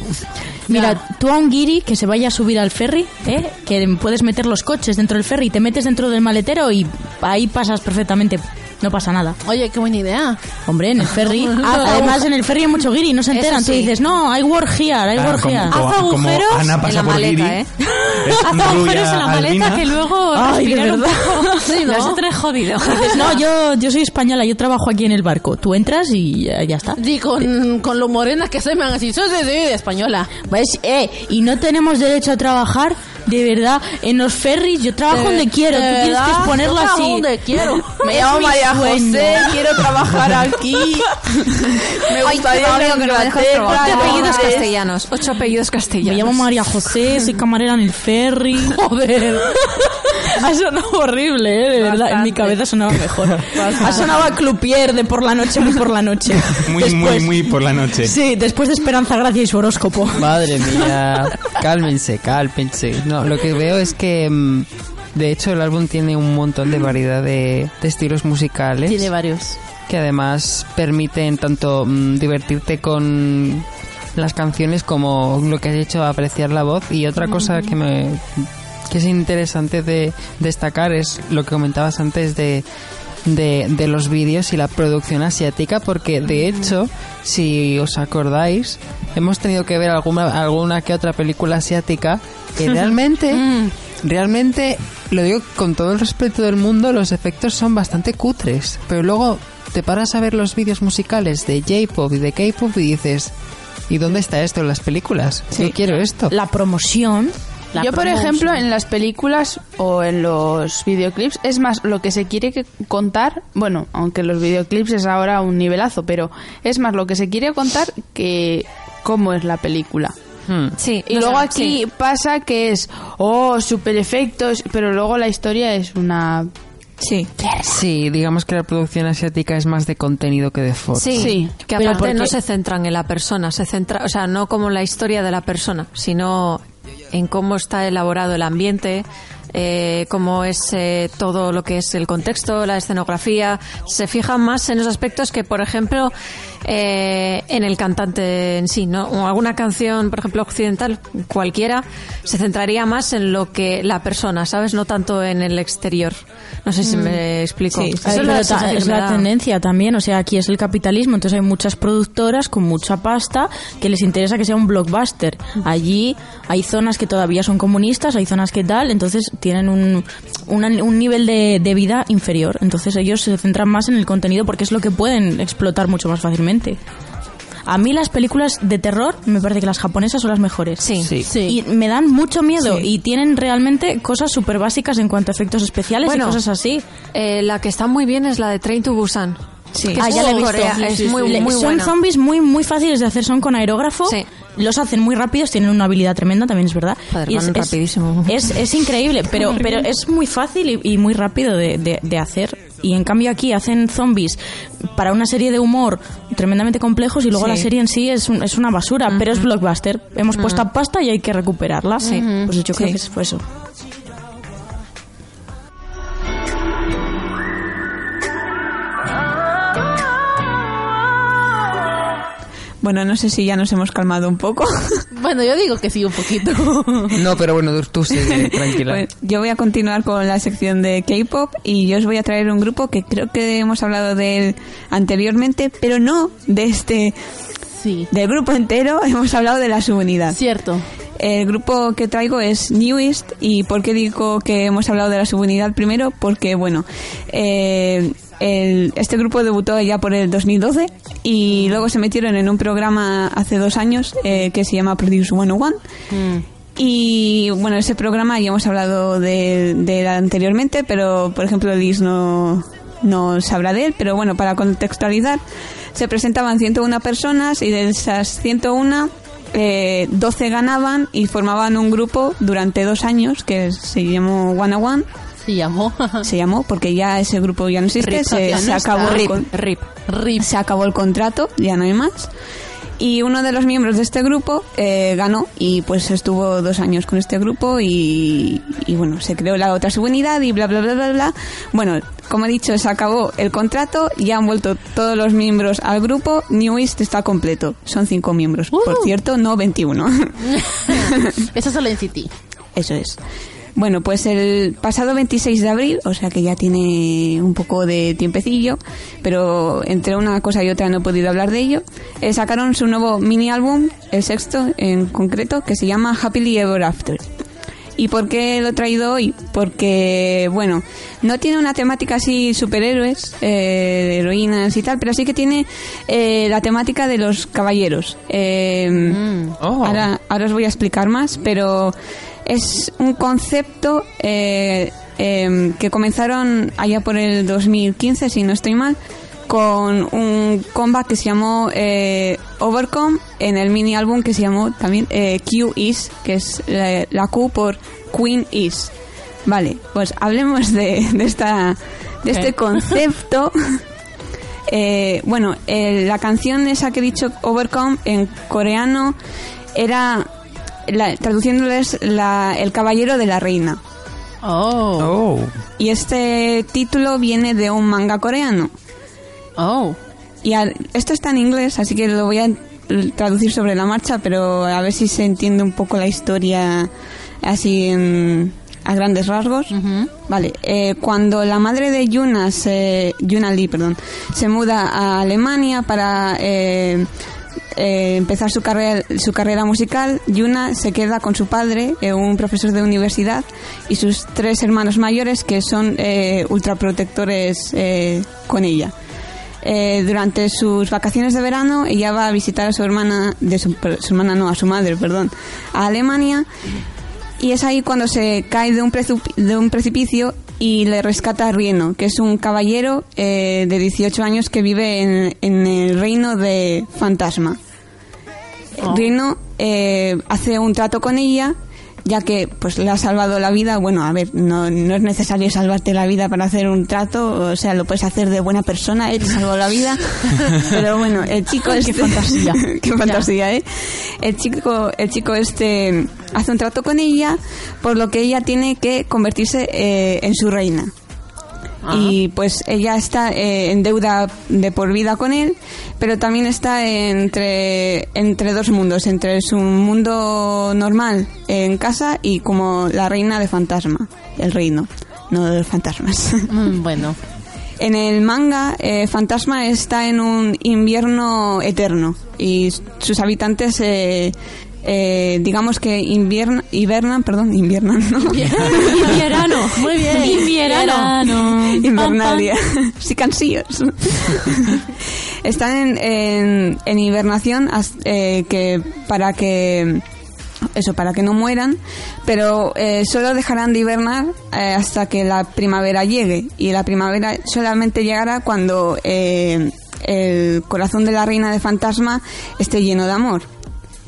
Mira, tú a un guiri que se vaya a subir al ferry, ¿eh? que puedes meter los coches dentro del ferry, te metes dentro del maletero y ahí pasas perfectamente. No pasa nada.
Oye, qué buena idea.
Hombre, en el ferry. Ah, Además, en el ferry hay mucho guiri, no se
Eso
enteran. Tú
sí.
dices, no, hay war here, hay war
Claro,
here.
Ah, como,
Haz
como- como
agujeros
Ana pasa
en la
por
maleta,
Guiri,
¿eh?
es rubia
agujeros en la maleta
albina.
que luego
Ay, de
respirar un
verdad.
poco.
Sí, ¿no?
Los tres jodidos.
Dices, no, yo, yo soy española, yo trabajo aquí en el barco. Tú entras y ya, ya está.
Sí, con, con lo morena que se me van así. Soy de, de española.
¿Ves? Eh, y no tenemos derecho a trabajar, de verdad, en los ferries. Yo trabajo donde quiero, tú
Eh, De
tienes
verdad,
que exponerlo
yo
así.
trabajo donde quiero.
Me llamo María José, quiero trabajar aquí. Me gustaría ir a
Amigo, que no me dejas
Inglaterra.
probar. Ocho apellidos
Londres.
castellanos. Ocho apellidos
Me
castellanos.
llamo María José, soy camarera en el ferry. Joder. Ha sonado horrible, ¿eh? de verdad. En mi cabeza sonaba mejor. Ha sonado a Clupier de por la noche, muy por la noche.
Muy, muy,
Después-
muy por la noche.
Sí, después de Esperanza Gracia y su horóscopo.
Madre mía, cálmense, cálmense. No, lo que veo es que, mm, de hecho, el álbum tiene un montón de variedad de, de estilos musicales.
Tiene varios.
que además permiten tanto mm, divertirte con las canciones como lo que has hecho apreciar la voz y otra cosa que me que es interesante de destacar es lo que comentabas antes de de, de los vídeos y la producción asiática porque de hecho si os acordáis hemos tenido que ver alguna alguna que otra película asiática que realmente realmente lo digo con todo el respeto del mundo los efectos son bastante cutres pero luego te paras a ver los vídeos musicales de J-pop y de K-pop y dices ¿y dónde está esto en las películas? Yo quiero esto
La promoción.
La
yo, por
promotion.
ejemplo, en las películas o en los videoclips, es más, lo que se quiere que- contar, bueno, aunque los videoclips es ahora un nivelazo, pero es más lo que se quiere contar que cómo es la película.
Hmm.
Sí,
Y
no
luego
sé,
aquí
sí.
pasa que es, oh, super efectos, pero luego la historia es una...
Sí.
Sí, digamos que la producción asiática es más de contenido que de fotos.
Sí,
Sí,
que
pero
aparte
porque-
no se centran en la persona, se centra, o sea, no como la historia de la persona, sino en cómo está elaborado el ambiente, eh, cómo es eh, todo lo que es el contexto, la escenografía. Se fijan más en los aspectos que, por ejemplo, eh, en el cantante en sí, ¿no? O alguna canción, por ejemplo, occidental, cualquiera, se centraría más en lo que la persona, ¿sabes? No tanto en el exterior. No sé si me explico.
Sí,
Esa es la sensación que
es
me
la
da.
tendencia también. O sea, aquí es el capitalismo, entonces hay muchas productoras con mucha pasta que les interesa que sea un blockbuster. Allí hay zonas que todavía son comunistas, hay zonas que tal, entonces tienen un, una- un nivel de, de vida inferior. Entonces ellos se centran más en el contenido porque es lo que pueden explotar mucho más fácilmente. A mí las películas de terror me parece que las japonesas son las mejores.
Sí. Sí.
Y me dan mucho miedo y tienen realmente cosas súper básicas en cuanto a efectos especiales y cosas así.
eh, la que está muy bien es la de Train to Busan.
Sí.
Que es de Corea, es muy,
Le-
muy
son
buena.
zombies muy muy fáciles de hacer, son con aerógrafo.
Sí.
Los hacen muy rápidos, tienen una habilidad tremenda, también es verdad.
Joder,
es,
van
es-
rapidísimo.
Es, es increíble, pero, pero es muy fácil y, y muy rápido de, de- de hacer. Y en cambio aquí hacen zombies para una serie de humor tremendamente complejos y luego
Sí.
la serie en sí es, un- es una basura, pero es blockbuster. Hemos puesto a pasta y hay que recuperarla. Pues yo creo que fue eso.
Bueno, no sé si ya nos hemos calmado un poco.
Bueno, yo digo que sí, un poquito.
No, pero bueno, tú- tú sigue, tranquila.
Bueno, yo voy a continuar con la sección de K-pop y yo os voy a traer un grupo que creo que hemos hablado de él anteriormente, pero no de este,
Sí,
del grupo entero, hemos hablado de la subunidad.
cierto.
El grupo que traigo es Newest y ¿por qué digo que hemos hablado de la subunidad primero? Porque, bueno, eh, el- este grupo debutó ya por el 2012 y luego se metieron en un programa hace dos años eh, que se llama Produce 101. Y bueno, ese programa ya hemos hablado de, de él anteriormente, pero por ejemplo Liz no, no sabrá de él, pero bueno, para contextualizar, se presentaban 101 personas y de esas 101, eh, 12 ganaban y formaban un grupo durante dos años que se llamó One One.
Se llamó.
Se llamó porque ya ese grupo ya no existe, se,
ya
se
no está.
acabó el
Rip,
con-
Rip.
Rip.
se acabó el contrato, ya no hay más. Y uno de los miembros de este grupo eh, ganó y pues estuvo dos años con este grupo y, y, bueno, se creó la otra subunidad y bla, bla, bla, bla, bla. Bueno, como he dicho, se acabó el contrato, ya han vuelto todos los miembros al grupo, New East está completo, son cinco miembros, por
Uh.
cierto, no 21.
Eso solo en City.
Eso es. Bueno, pues el pasado 26 de abril, o sea que ya tiene un poco de tiempecillo, pero entre una cosa y otra no he podido hablar de ello, eh, sacaron su nuevo mini álbum, el sexto en concreto, que se llama Happily Ever After. ¿Y por qué lo he traído hoy? Porque, bueno, no tiene una temática así superhéroes, eh, heroínas y tal, pero sí que tiene eh, la temática de los caballeros. Eh,
Oh.
ahora, ahora os voy a explicar más, pero es un concepto eh, eh, que comenzaron allá por el 2015, si no estoy mal, con un comeback que se llamó eh, Overcome en el mini álbum que se llamó también eh, Q Is, que es la, la Q por Queen Is. Vale, pues hablemos de, de esta, de este concepto. Eh, bueno, eh, la canción esa que he dicho, Overcome, en coreano era, la, traduciéndoles, la, El Caballero de la Reina.
Oh.
Oh.
Y este título viene de un manga coreano.
Oh.
Y al- esto está en inglés, así que lo voy a traducir sobre la marcha, pero a ver si se entiende un poco la historia así en- a grandes rasgos. Vale, eh, cuando la madre de Yuna, se, Yuna Lee, perdón, se muda a Alemania para eh, eh, empezar su carrera, su carrera musical, Yuna se queda con su padre, eh, un profesor de universidad, y sus tres hermanos mayores que son eh, ultraprotectores eh, con ella. Eh, durante sus vacaciones de verano ella va a visitar a su hermana, de su, per- su hermana no, a su madre, perdón, a Alemania y es ahí cuando se cae de un, prezup- de un precipicio y le rescata a Rieno, que es un caballero eh, de 18 años que vive en, en el reino de Fantasma.
Oh.
Rieno eh, hace un trato con ella ya que pues le ha salvado la vida, bueno, a ver, no, no es necesario salvarte la vida para hacer un trato, o sea, lo puedes hacer de buena persona, él te salvó la vida, pero bueno, el chico
Qué
este...
fantasía.
qué fantasía, ¿eh? El chico, el chico este hace un trato con ella, por lo que ella tiene que convertirse eh, en su reina. y pues ella está eh, en deuda de por vida con él, pero también está entre, entre dos mundos, entre su mundo normal en casa y como la reina de fantasma, el reino, no de los fantasmas.
Mm, bueno.
En el manga, eh, Fantasma está en un invierno eterno y s- sus habitantes, eh, eh, digamos que invierna, hibernan, perdón, inviernan, ¿no?
Invierano.
Muy bien.
Invierano.
Invernalia. Sí, cansíos. Están en, en- en hibernación as- eh, que para que eso para que no mueran, pero eh, solo dejarán de hibernar eh, hasta que la primavera llegue y la primavera solamente llegará cuando eh, el corazón de la reina de fantasma esté lleno de amor.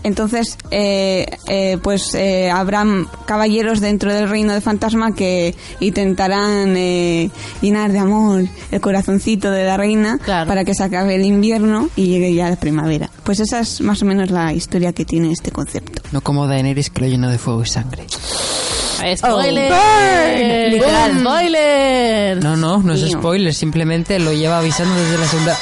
Entonces, eh, eh, pues eh, habrán caballeros dentro del reino de fantasma que intentarán eh, llenar de amor el corazoncito de la reina
Claro.
para que se acabe el invierno y llegue ya la primavera. Pues esa es más o menos la historia que tiene este concepto.
No como Daenerys que lo llena de fuego y sangre.
Spoiler.
burn.
Literal. Spoiler.
No, no, no es
Mío.
spoiler, simplemente lo lleva avisando desde la segunda.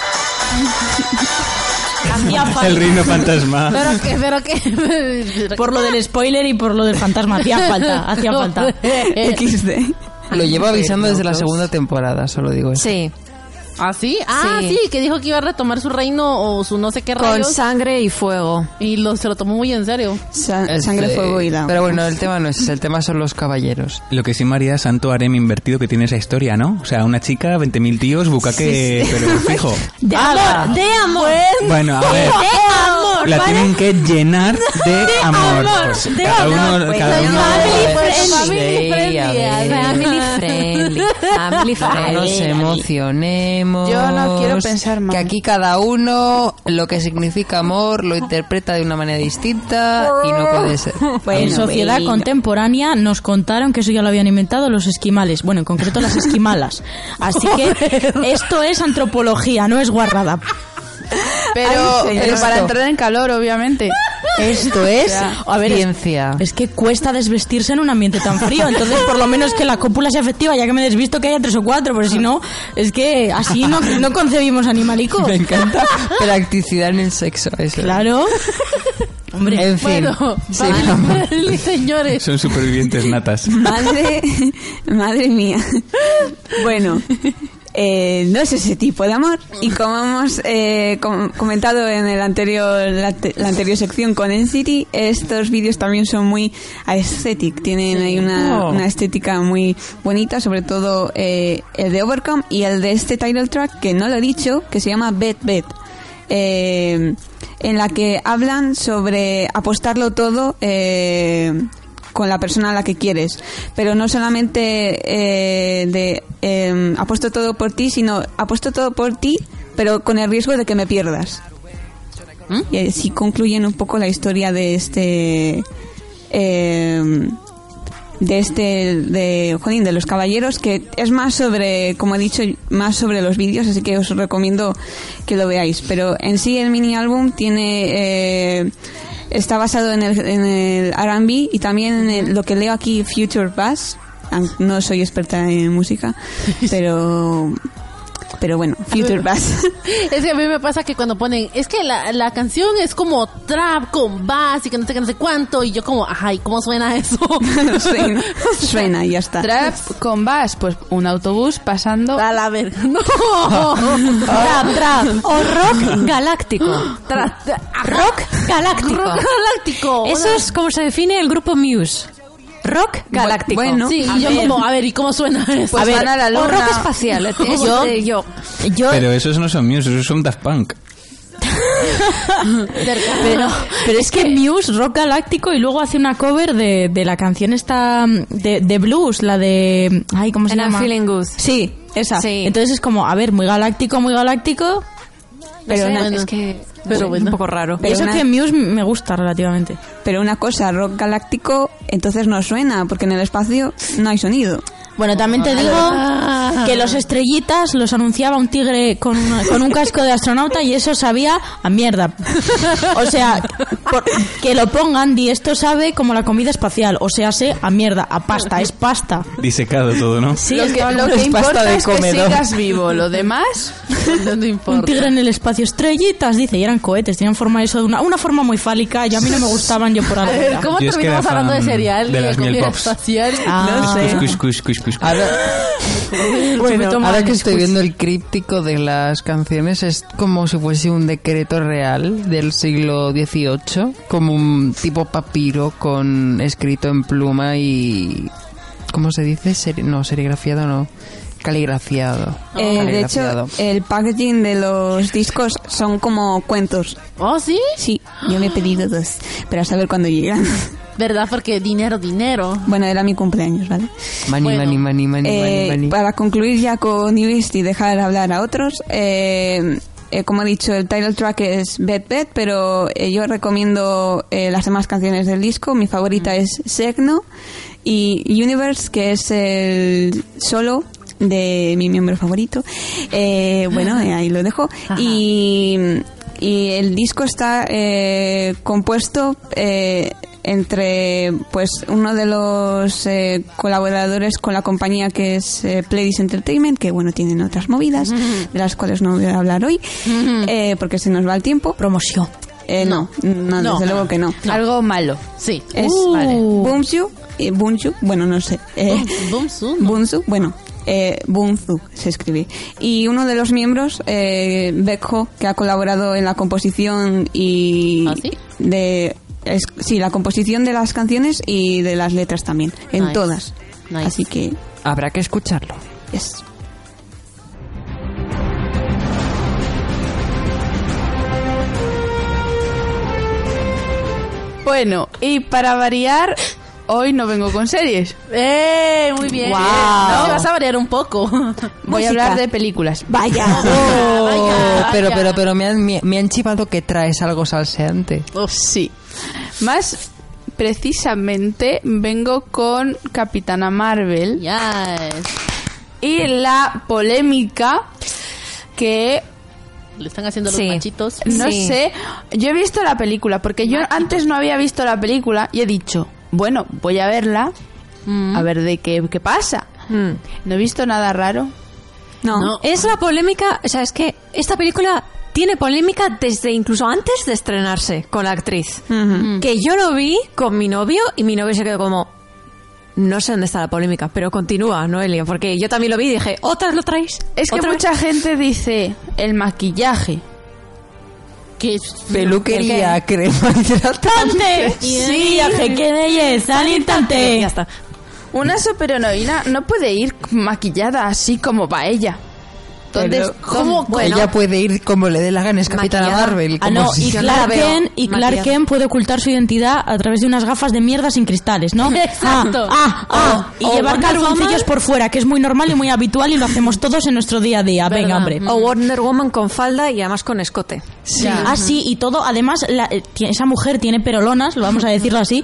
El reino fantasma.
Pero que, pero que.
Por lo del spoiler y por lo del fantasma, hacía falta, hacía falta.
XD.
Lo lleva avisando desde la segunda temporada, solo digo eso.
Sí,
¿Ah, sí? Ah, sí.
Sí.
que dijo que iba a retomar su reino o su no sé qué
con
rayos.
sangre y fuego.
Y lo, se lo tomó muy en serio.
Sa-
Este,
sangre, fuego y la.
Pero bueno, el tema no es ese, el tema son los caballeros.
Lo que sí, María, santo harem invertido que tiene esa historia, ¿no? O sea, una chica, 20.000 tíos, bucaque, pero fijo.
De amor, de amor.
Bueno, a ver.
amor,
La tienen que llenar de amor.
amor,
Pues
de
cada
amor.
uno,
Pues
cada
no,
uno-
a ver,
friendly.
sí,
Family
a ver.
eh, Family friendly. Family
No nos
friendly.
emocionemos.
Yo no quiero pensar mal.
Que aquí cada uno lo que significa amor lo interpreta de una manera distinta y no puede ser.
en sociedad contemporánea nos contaron que eso ya lo habían inventado los esquimales, bueno, en concreto las esquimalas. Así que esto es antropología, no es guarrada.
Pero,
Ay, señor.
pero para
Esto.
entrar en calor, obviamente.
Esto es
a ver, es-
ciencia.
Es que cuesta desvestirse en un ambiente tan frío, entonces por lo menos que la cópula sea efectiva, ya que me desvisto que haya tres o cuatro, porque si no, es que así no, no concebimos animalicos.
Me encanta practicidad en el sexo. Eso.
Claro. Hombre,
En fin.
Bueno,
Sí, vamos.
vale, señores.
Son supervivientes natas.
Madre, madre mía. Bueno, eh, no es ese tipo de amor. Y como hemos eh, com- comentado en el anterior, la, te- la anterior sección con NCT, estos vídeos también son muy aesthetic. Tienen ahí una,
Oh.
una estética muy bonita, sobre todo eh, el de Overcome y el de este title track, que no lo he dicho, que se llama Bed Bed. eh, en la que hablan sobre apostarlo todo eh, con la persona a la que quieres. Pero no solamente eh, de eh, apuesto todo por ti, sino apuesto todo por ti, pero con el riesgo de que me pierdas. Y así concluyen un poco la historia de este. eh, de este de jolín de los caballeros que es más sobre como he dicho más sobre los vídeos así que os recomiendo que lo veáis pero en sí el mini álbum tiene eh, está basado en el, en el R&B y también en el- lo que leo aquí Future Bass Aunque no soy experta en música pero pero bueno Future Bass
Es que a mí me pasa que cuando ponen, es que la, la canción es como trap con bass y que no sé qué, no sé cuánto, y yo como, ay, ¿cómo suena eso?
suena, suena y ya está
Trap con vas, pues un autobús pasando.
A la verga, no. trap, trap.
O rock galáctico.
Trap, trap.
Rock galáctico.
Rock galáctico.
Eso
Una-
es como se define el grupo Muse. Rock galáctico.
bueno.
Sí, y yo como, a ver, ¿y cómo suena eso?
Pues
a ver,
van a la luna. O rock espacial. eh,
Yo-
eh, yo.
yo
Pero esos no son míos, esos son Daft Punk.
Pero, pero es que Muse, rock galáctico, y luego hace una cover de, de la canción esta mm, de, de blues, la de... Ay, ¿cómo se
And I'm
llama?
feeling good.
sí esa
Sí.
Entonces es como, a ver, muy galáctico, muy galáctico.
pero
Pero
una-
es que
Pero
es
bueno.
un poco raro.
Pero
y eso
una-
que Muse me gusta relativamente.
Pero una cosa, rock galáctico, entonces no suena, porque en el espacio no hay sonido.
Bueno, también te digo que los estrellitas los anunciaba un tigre con, una- con un casco de astronauta y eso sabía a mierda. O sea, por- que lo pongan, di esto sabe como la comida espacial. O sea, sé a mierda, a pasta, es pasta.
Disecado todo, ¿no?
Sí,
lo
es
que,
como
lo que
es pasta
importa
de
es que
comedor.
sigas vivo. Lo demás,
No, no
un
importa.
tigre en el espacio. Estrellitas, dice, y eran cohetes, tenían forma eso de una, una forma muy fálica y a mí no me gustaban yo por
A
algo.
ver, ¿cómo
Yo es que
terminamos
era
hablando de
fan
cereal
de
y de Ah,
las
comida
Meal Pops.
espacial?
Ah.
No sé.
Cush, cush, cush, cush, cush.
Ahora, bueno,
chupetón
ahora
mal,
que estoy
pues.
viendo el críptico de las canciones, es como si fuese un decreto real del siglo XVIII, como un tipo papiro con escrito en pluma y... ¿Cómo se dice? Seri- no, serigrafiado no. Caligrafiado.
Eh, de
Caligrafiado.
hecho, el packaging de los discos son como cuentos.
¿Oh, sí?
Sí, yo me he pedido dos, pero a saber cuándo llegan.
¿Verdad? Porque dinero, dinero.
Bueno, era mi cumpleaños, ¿vale?
Mani,
Bueno.
mani, mani, mani,
Eh,
mani, mani.
Para concluir ya con Ibis y dejar hablar a otros, eh, eh, como he dicho, el title track es Bed Bed, pero eh, yo recomiendo eh, las demás canciones del disco. Mi favorita es Segno y Universe, que es el solo de mi miembro favorito. Eh, bueno, eh, ahí lo dejo. Y, y el disco está eh, compuesto... eh, entre pues uno de los eh, colaboradores con la compañía que es eh, Pledis Entertainment, que bueno, tienen otras movidas, de las cuales no voy a hablar hoy, eh, porque se nos va el tiempo.
Promoción.
Eh, no, no,
No.
desde luego que no.
algo malo.
Sí.
Es
Uh.
Bumsu, eh, Bunsu, bueno, no sé. eh,
Boom, zoom.
Bunsu, bueno, eh, Bunzu se escribe. Y uno de los miembros, eh, Bekho, que ha colaborado en la composición y
¿Ah, sí?
de es- sí, la composición de las canciones y de las letras también, en
Nice.
todas.
Nice.
Así que
Habrá que escucharlo.
es
Bueno, y para variar, hoy no vengo con series.
¡Eh! Muy bien.
Guau.
No, Ah. vas a variar un poco.
Voy a hablar de películas.
Vaya.
Vaya,
Oh.
vaya.
pero, pero, pero me han, me, me han chivado que traes algo salseante.
Oh,
Sí. Más precisamente vengo con Capitana Marvel
Yes.
y la polémica que
Le están haciendo
Sí.
los machitos.
no
Sí.
sé, yo he visto la película porque yo antes no había visto la película y he dicho, bueno, voy a verla
Mm.
a ver de qué, qué pasa. No he visto nada raro.
no,
No.
Es la polémica, o sea, es que esta película tiene polémica desde incluso antes de estrenarse con la actriz.
Mm.
Que yo lo vi con mi novio y mi novio se quedó como... No sé dónde está la polémica, pero continúa, Noelia, porque yo también lo vi y dije, ¿otras lo traéis?
Es que
¿Otra vez?".
mucha gente dice el maquillaje.
Que
Peluquería, crema hidratante.
Sí, que qué belleza, al instante.
Ya está.
Una superheroína no puede ir maquillada así como va ella. Entonces,
Pero,
¿cómo?
Ella puede ir como le dé la gana, es Capitana
Maquillada.
Marvel.
Ah,
como
no,
si-
y
yo no la
Clark,
veo
Kent, y Clark
maquillada.
Kent puede ocultar su identidad a través de unas gafas de mierda sin cristales, ¿no?
Exacto.
Ah, ah, ah. y
o
llevar
Wonder
calzoncillos
Woman.
por fuera, que es muy normal y muy habitual y lo hacemos todos en nuestro día a día.
¿Verdad?
Venga, hombre.
O Wonder Woman con falda y además con escote.
Sí. Ah, sí, y todo. Además, la- eh, ti- esa mujer tiene perolonas, lo vamos a decirlo así.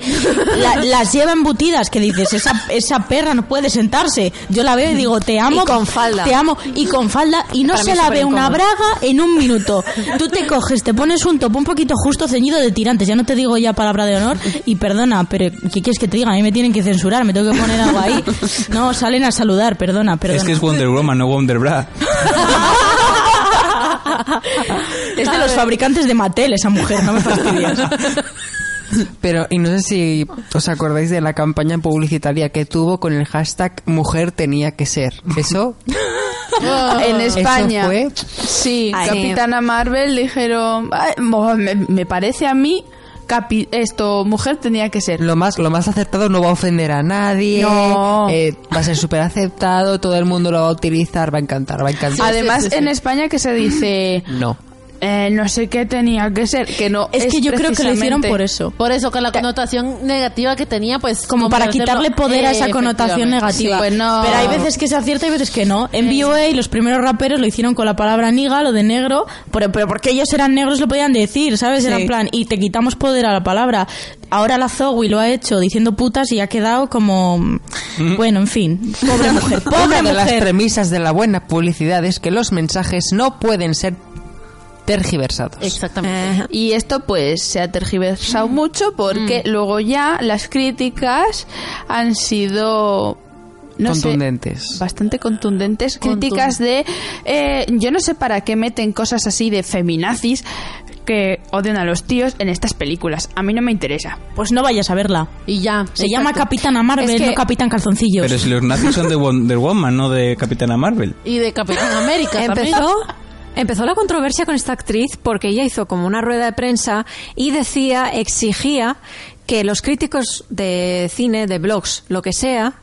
la- las lleva embutidas, que dices, esa, esa perra no puede sentarse. Yo la veo y digo, te amo.
Y con falda.
Te amo. Y con falda. Y no
Para mí
se
es
la ve una
superincómodo.
braga en un minuto. Tú te coges, te pones un top un poquito justo ceñido de tirantes. Ya no te digo ya palabra de honor. Y perdona, pero ¿qué quieres que te diga? A mí me tienen que censurar, me tengo que poner algo ahí. No, salen a saludar, perdona, perdona.
Es que es Wonder Woman, no Wonder Bra.
Es de los fabricantes de Mattel esa mujer, no me fastidies.
Pero, y no sé si os acordáis de la campaña publicitaria que tuvo con el hashtag Mujer tenía que ser. Eso,
Oh. en España.
eso fue.
Sí,
Ay.
Capitana Marvel dijeron, "Ay, mo- me, me parece a mí capi- esto mujer tenía que ser.
Lo más, lo más acertado no va a ofender a nadie,
No.
eh, va a ser súper aceptado, todo el mundo lo va a utilizar, va a encantar, va a encantar.
Además en España que se dice
no.
eh, no sé qué tenía que ser, que no
Es que yo creo que lo hicieron
precisamente-
por eso.
Por eso, con la connotación negativa que tenía, pues...
Como para
hacerlo-
quitarle poder a esa
Eh,
connotación
efectivamente.
negativa.
Sí, pues no.
Pero hay veces que se acierta y veces que no. En BOA los primeros raperos lo hicieron con la palabra niga, lo de negro, pero, pero porque ellos eran negros lo podían decir, ¿sabes? Era en plan, y te quitamos poder a la palabra. Ahora la Zoe lo ha hecho diciendo putas y ha quedado como... Bueno, en fin. Pobre mujer. Pobre
Una de las
mujer.
premisas de la buena publicidad es que los mensajes no pueden ser tergiversados.
Exactamente.
Y esto pues se ha tergiversado mucho porque luego ya las críticas han sido... No sé,
contundentes.
bastante contundentes
Contun-
críticas de eh, yo no sé para qué meten cosas así de feminazis que odian a los tíos en estas películas a mí no me interesa
Pues no vayas a verla.
Y ya.
Se llama
exacto.
Capitana Marvel,
Es que-
no Capitán Calzoncillos.
Pero si los nazis son de Wonder Woman, no de Capitana Marvel.
Eh.
Y de Capitán América también.
Empezó, empezó la controversia con esta actriz porque ella hizo como una rueda de prensa y decía, exigía que los críticos de cine, de blogs, lo que sea,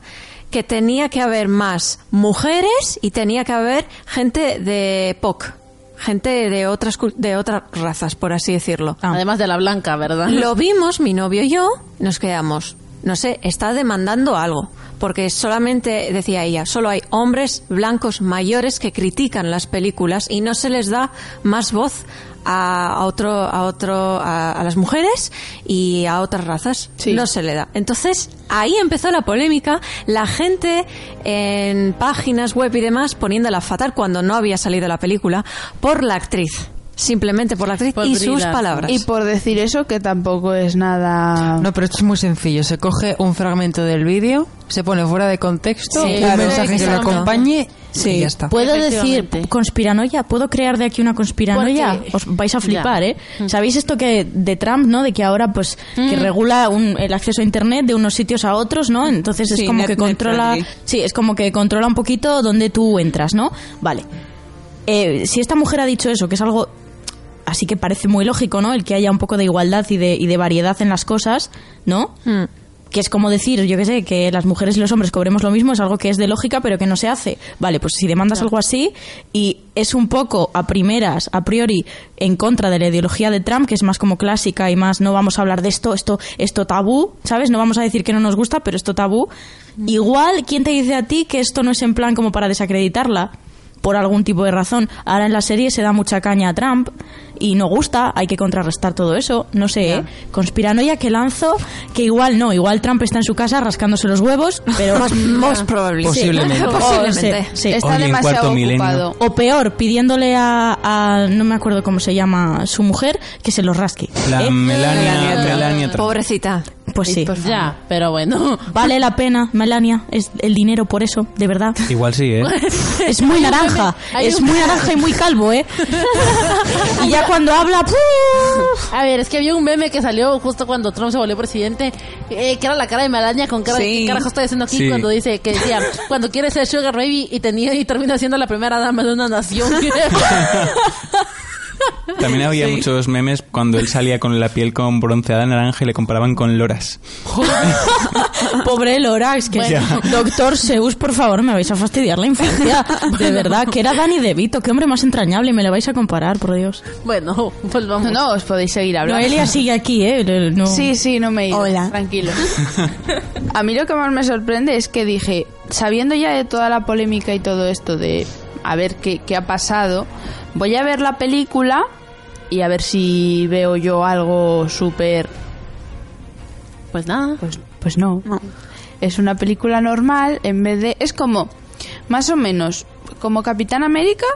que tenía que haber más mujeres y tenía que haber gente de POC, gente de otras, cul- de otras razas, por así decirlo.
Ah.
Además de la blanca, ¿verdad?
Lo vimos, mi novio y yo, nos quedamos. No sé, está demandando algo. Porque solamente, decía ella, solo hay hombres blancos mayores que critican las películas y no se les da más voz a, a otro, a otro, a, a las mujeres y a otras razas. No se le da. Entonces, ahí empezó la polémica. La gente en páginas web y demás poniéndola fatal cuando no había salido la película por la actriz. Simplemente por la actriz
Por
y sus
Brie
palabras.
y por decir eso que tampoco es nada
No, pero esto es muy sencillo. Se coge un fragmento del vídeo, se pone fuera de contexto,
Sí,
un
claro.
mensaje que lo
Exacto.
acompañe
Sí.
y ya está.
Puedo decir...
Efectivamente. conspiranoia, puedo crear de aquí una conspiranoia,
Porque-
os vais a flipar, ¿eh? ¿Sabéis esto que de Trump, no? De que ahora pues que regula un- el acceso a internet de unos sitios a otros, ¿no? Entonces es
Sí,
como
net-
que
net
controla,
friendly.
sí, es como que controla un poquito dónde tú entras, ¿no? Vale. Eh, si esta mujer ha dicho eso, que es algo así que parece muy lógico, ¿no? El que haya un poco de igualdad y de, y de variedad en las cosas, ¿no?
Mm.
que es como decir, yo qué sé, que las mujeres y los hombres cobremos lo mismo, es algo que es de lógica, pero que no se hace. Vale, pues si demandas algo así y es un poco a primeras, a priori, en contra de la ideología de Trump, que es más como clásica y más no vamos a hablar de esto, esto, esto tabú, ¿sabes? No vamos a decir que no nos gusta, pero esto tabú. Igual, ¿quién te dice a ti que esto no es en plan como para desacreditarla? por algún tipo de razón. Ahora en la serie se da mucha caña a Trump y no gusta, hay que contrarrestar todo eso, no sé, ¿eh? conspiranoia que lanzo, que igual no, igual Trump está en su casa rascándose los huevos, pero
Más, más probable.
Posiblemente.
Sí. Posiblemente.
O, sí, sí.
está
Oye, en
demasiado
cuarto milenio.
ocupado
O peor, pidiéndole a, a- no me acuerdo cómo se llama su mujer que se los rasque.
La
¿eh?
Melania,
Melania-
Melania Trump.
Pobrecita.
Pues sí.
Ya, pero bueno.
Vale la pena, Melania, es el dinero por eso, de verdad.
Igual sí, ¿eh?
Es muy naranja,
hay
es
un-
muy naranja y muy calvo, ¿eh? Y ya cuando habla, ¡puf!
A ver, es que había un meme que salió justo cuando Trump se volvió presidente, eh, que era la cara de Melania con cara de
Sí.
¿qué carajo está diciendo aquí
Sí.
cuando dice que decía, cuando quiere ser Sugar Baby y tenía y termina siendo la primera dama de una nación.
También había muchos memes cuando él salía con la piel con bronceada naranja y le comparaban con loras.
Pobre Lorax, que
Bueno.
doctor Zeus, por favor, me vais a fastidiar la infancia. De verdad, que era Dani DeVito, qué hombre más entrañable, y me lo vais a comparar, por Dios.
bueno, volvamos.
no, no os podéis seguir hablando
Noelia sigue aquí, ¿eh? Le- no-
Sí, sí, no me he ido.
Hola.
Tranquilo. A mí lo que más me sorprende es que dije, sabiendo ya de toda la polémica y todo esto de a ver qué, qué ha pasado, voy a ver la película y a ver si veo yo algo súper...
Pues nada.
Pues, pues no.
No.
Es una película normal en vez de... Es como, más o menos, como Capitán América,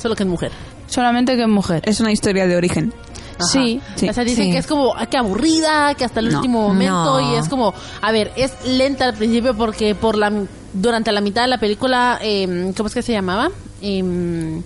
Solo que es mujer.
solamente que es mujer.
Es una historia de origen.
Ajá.
Sí,
sí,
O sea, dicen
sí.
que es como, ah, que aburrida, que hasta el
No,
último momento,
no.
y es como, a ver, es lenta al principio porque por la durante la mitad de la película, eh, ¿cómo es que se llamaba? Eh,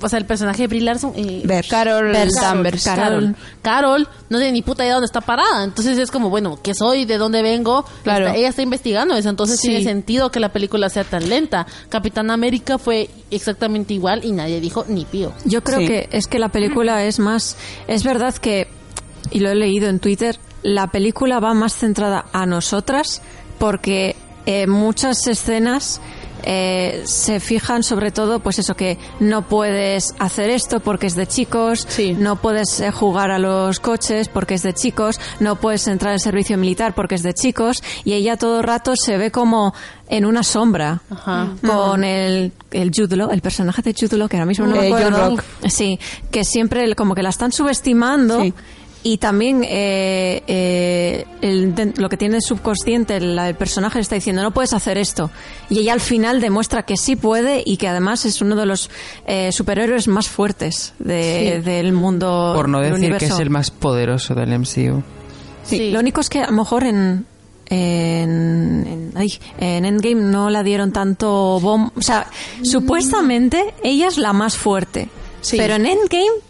o sea, el personaje de Brie Larson. eh,
Ver.
Carol Danvers.
Carol. Carol no tiene ni puta idea dónde está parada. Entonces es como, bueno, ¿qué soy? ¿De dónde vengo?
Claro.
Está- ella está investigando eso. Entonces
Sí.
tiene sentido que la película sea tan lenta. Capitán América fue exactamente igual y nadie dijo ni pío.
Yo creo
Sí.
que es que la película es más. Es verdad que, y lo he leído en Twitter, la película va más centrada a nosotras porque eh, muchas escenas eh, se fijan sobre todo, pues eso, que no puedes hacer esto porque es de chicos,
Sí.
no puedes eh, jugar a los coches porque es de chicos, no puedes entrar al servicio militar porque es de chicos, y ella todo el rato se ve como en una sombra
Ajá.
con el, el Jude Law, el personaje de Jude Law, que ahora mismo no me
Eh, John
acuerdo.
Rock.
Sí, que siempre el- como que la están subestimando.
Sí.
Y también eh, eh, el de- lo que tiene el subconsciente, la- el personaje le está diciendo, no puedes hacer esto. Y ella al final demuestra que sí puede y que además es uno de los eh, superhéroes más fuertes de- del mundo.
Por no
del
decir que
universo.
es el más poderoso del MCU.
Sí.
Lo único es que a lo mejor en en, en- ay, en Endgame no la dieron tanto bom, o sea, supuestamente ella es la más fuerte,
Sí.
pero en Endgame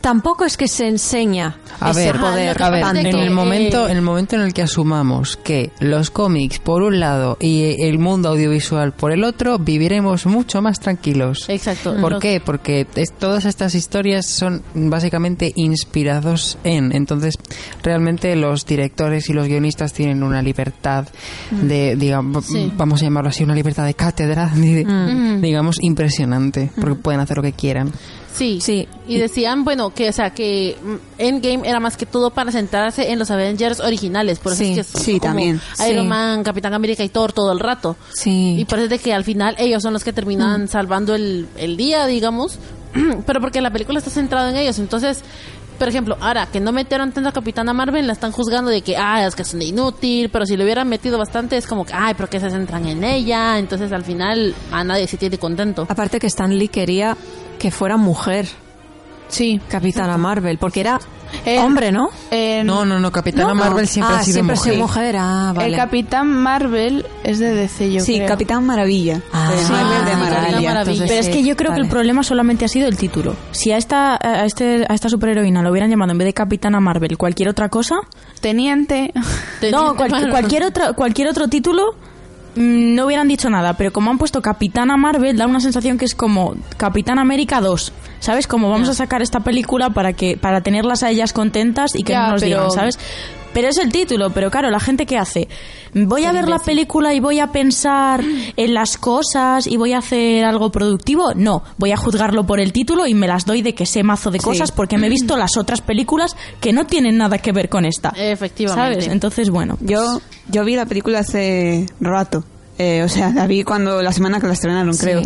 tampoco es que se enseña
A
ese
ver,
poder
a ver, en
tanto.
el momento, en el momento en el que asumamos que los cómics por un lado y el mundo audiovisual por el otro, viviremos mucho más tranquilos.
Exacto.
¿Por
Lo-
qué? Porque es- todas estas historias son básicamente inspirados en. Entonces, realmente los directores y los guionistas tienen una libertad de, digamos,
Sí.
vamos a llamarlo así, una libertad de cátedra, de- Mm. digamos, impresionante, porque pueden hacer lo que quieran.
Sí.
Sí.
Y decían, bueno, que, o sea, que mm, Endgame era más que todo para centrarse en los Avengers originales. Por eso
Sí.
es que es
Sí,
como
también.
Iron
Sí.
Man, Capitán América y Thor todo el rato.
Sí. Mm.
Y parece de que al final ellos son los que terminan salvando el, el día, digamos. Pero porque la película está centrada en ellos. Entonces, por ejemplo, ahora que no metieron tanto a Capitana Marvel, la están juzgando de que, ah, es que es una inútil. Pero si le hubieran metido bastante, es como que, ay, pero que se centran en ella. Entonces, al final, a nadie se tiene contento.
Aparte que Stan Lee quería que fuera mujer,
Sí.
Capitana Marvel, porque era
Eh,
hombre, ¿no?
Eh,
No, no, no, Capitana
No, no.
Marvel siempre
Ah,
ha sido
siempre
mujer.
mujer. Ah, vale.
El Capitán Marvel es de DC, yo
Sí,
creo.
Capitán Maravilla.
Ah,
de
sí,
Marvel de
Capitán
Maravilla.
Maravilla.
Entonces,
Pero es
sí,
que yo creo que
vale.
el problema solamente ha sido el título. Si a esta, a, este, a esta superheroína lo hubieran llamado en vez de Capitana Marvel cualquier otra cosa,
Teniente.
no, cual-
Bueno.
cualquier, otro, cualquier otro título mm, no hubieran dicho nada, pero como han puesto Capitana Marvel, da una sensación que es como Capitán América 2. ¿Sabes? Como vamos a sacar esta película para que para tenerlas a ellas contentas y que
Ya,
no nos
pero-
digan, ¿sabes? Pero es el título, pero claro, la gente que hace, voy a ver la película y voy a pensar en las cosas y voy a hacer algo productivo, no, voy a juzgarlo por el título y me las doy de que sé mazo de cosas porque me he visto las otras películas que no tienen nada que ver con
Ah.
esta.
Efectivamente.
¿Sabes? Entonces, bueno. pues-
Yo, yo vi la película hace rato. Eh, o sea, la vi cuando la semana que la estrenaron, creo.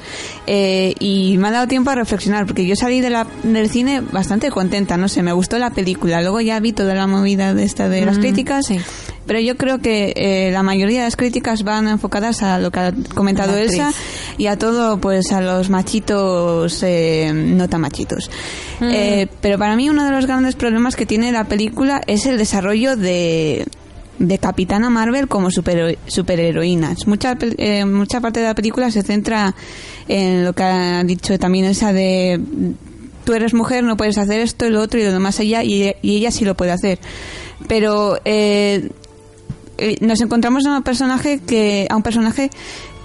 Eh, y me ha dado tiempo a reflexionar, porque yo salí de la, del cine bastante contenta, no sé, me gustó la película. Luego ya vi toda la movida de esta de las críticas.
Mm, sí.
Pero yo creo que eh, la mayoría de las críticas van enfocadas a lo que ha comentado
La actriz.
Elsa y a todo, pues a los machitos, eh, no tan machitos.
Mm.
Eh, pero para mí uno de los grandes problemas que tiene la película es el desarrollo de, de Capitana Marvel como super, superheroína. Es Mucha, pel- eh, mucha parte de la película se centra en lo que ha dicho también Elsa de tú eres mujer, no puedes hacer esto y lo otro y lo demás allá, y, y ella sí lo puede hacer. Pero eh, eh, nos encontramos a un personaje que a un personaje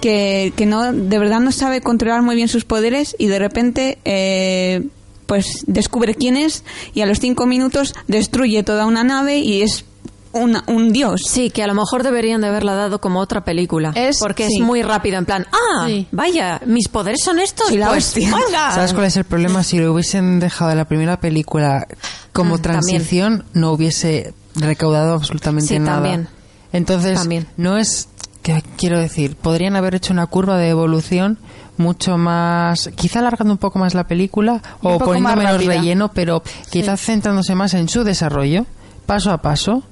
que, que no de verdad no sabe controlar muy bien sus poderes y de repente eh, pues descubre quién es y a los cinco minutos destruye toda una nave y es una- un dios
Sí, que a lo mejor deberían de haberla dado como otra película.
Es-
porque
sí.
es muy rápido, en plan, ah,
Sí.
vaya, mis poderes son estos.
Sí, la
pues,
hostia.
venga.
¿Sabes cuál es el problema? Si lo hubiesen dejado en la primera película como
Mm,
transición, no hubiese recaudado absolutamente
Sí,
nada.
también.
Entonces,
También.
no es. que quiero decir? Podrían haber hecho una curva de evolución mucho más. Quizá alargando un poco más la película
Un
o
poco
poniendo
más
menos
rápida.
relleno, pero quizás centrándose más en su desarrollo, paso a paso,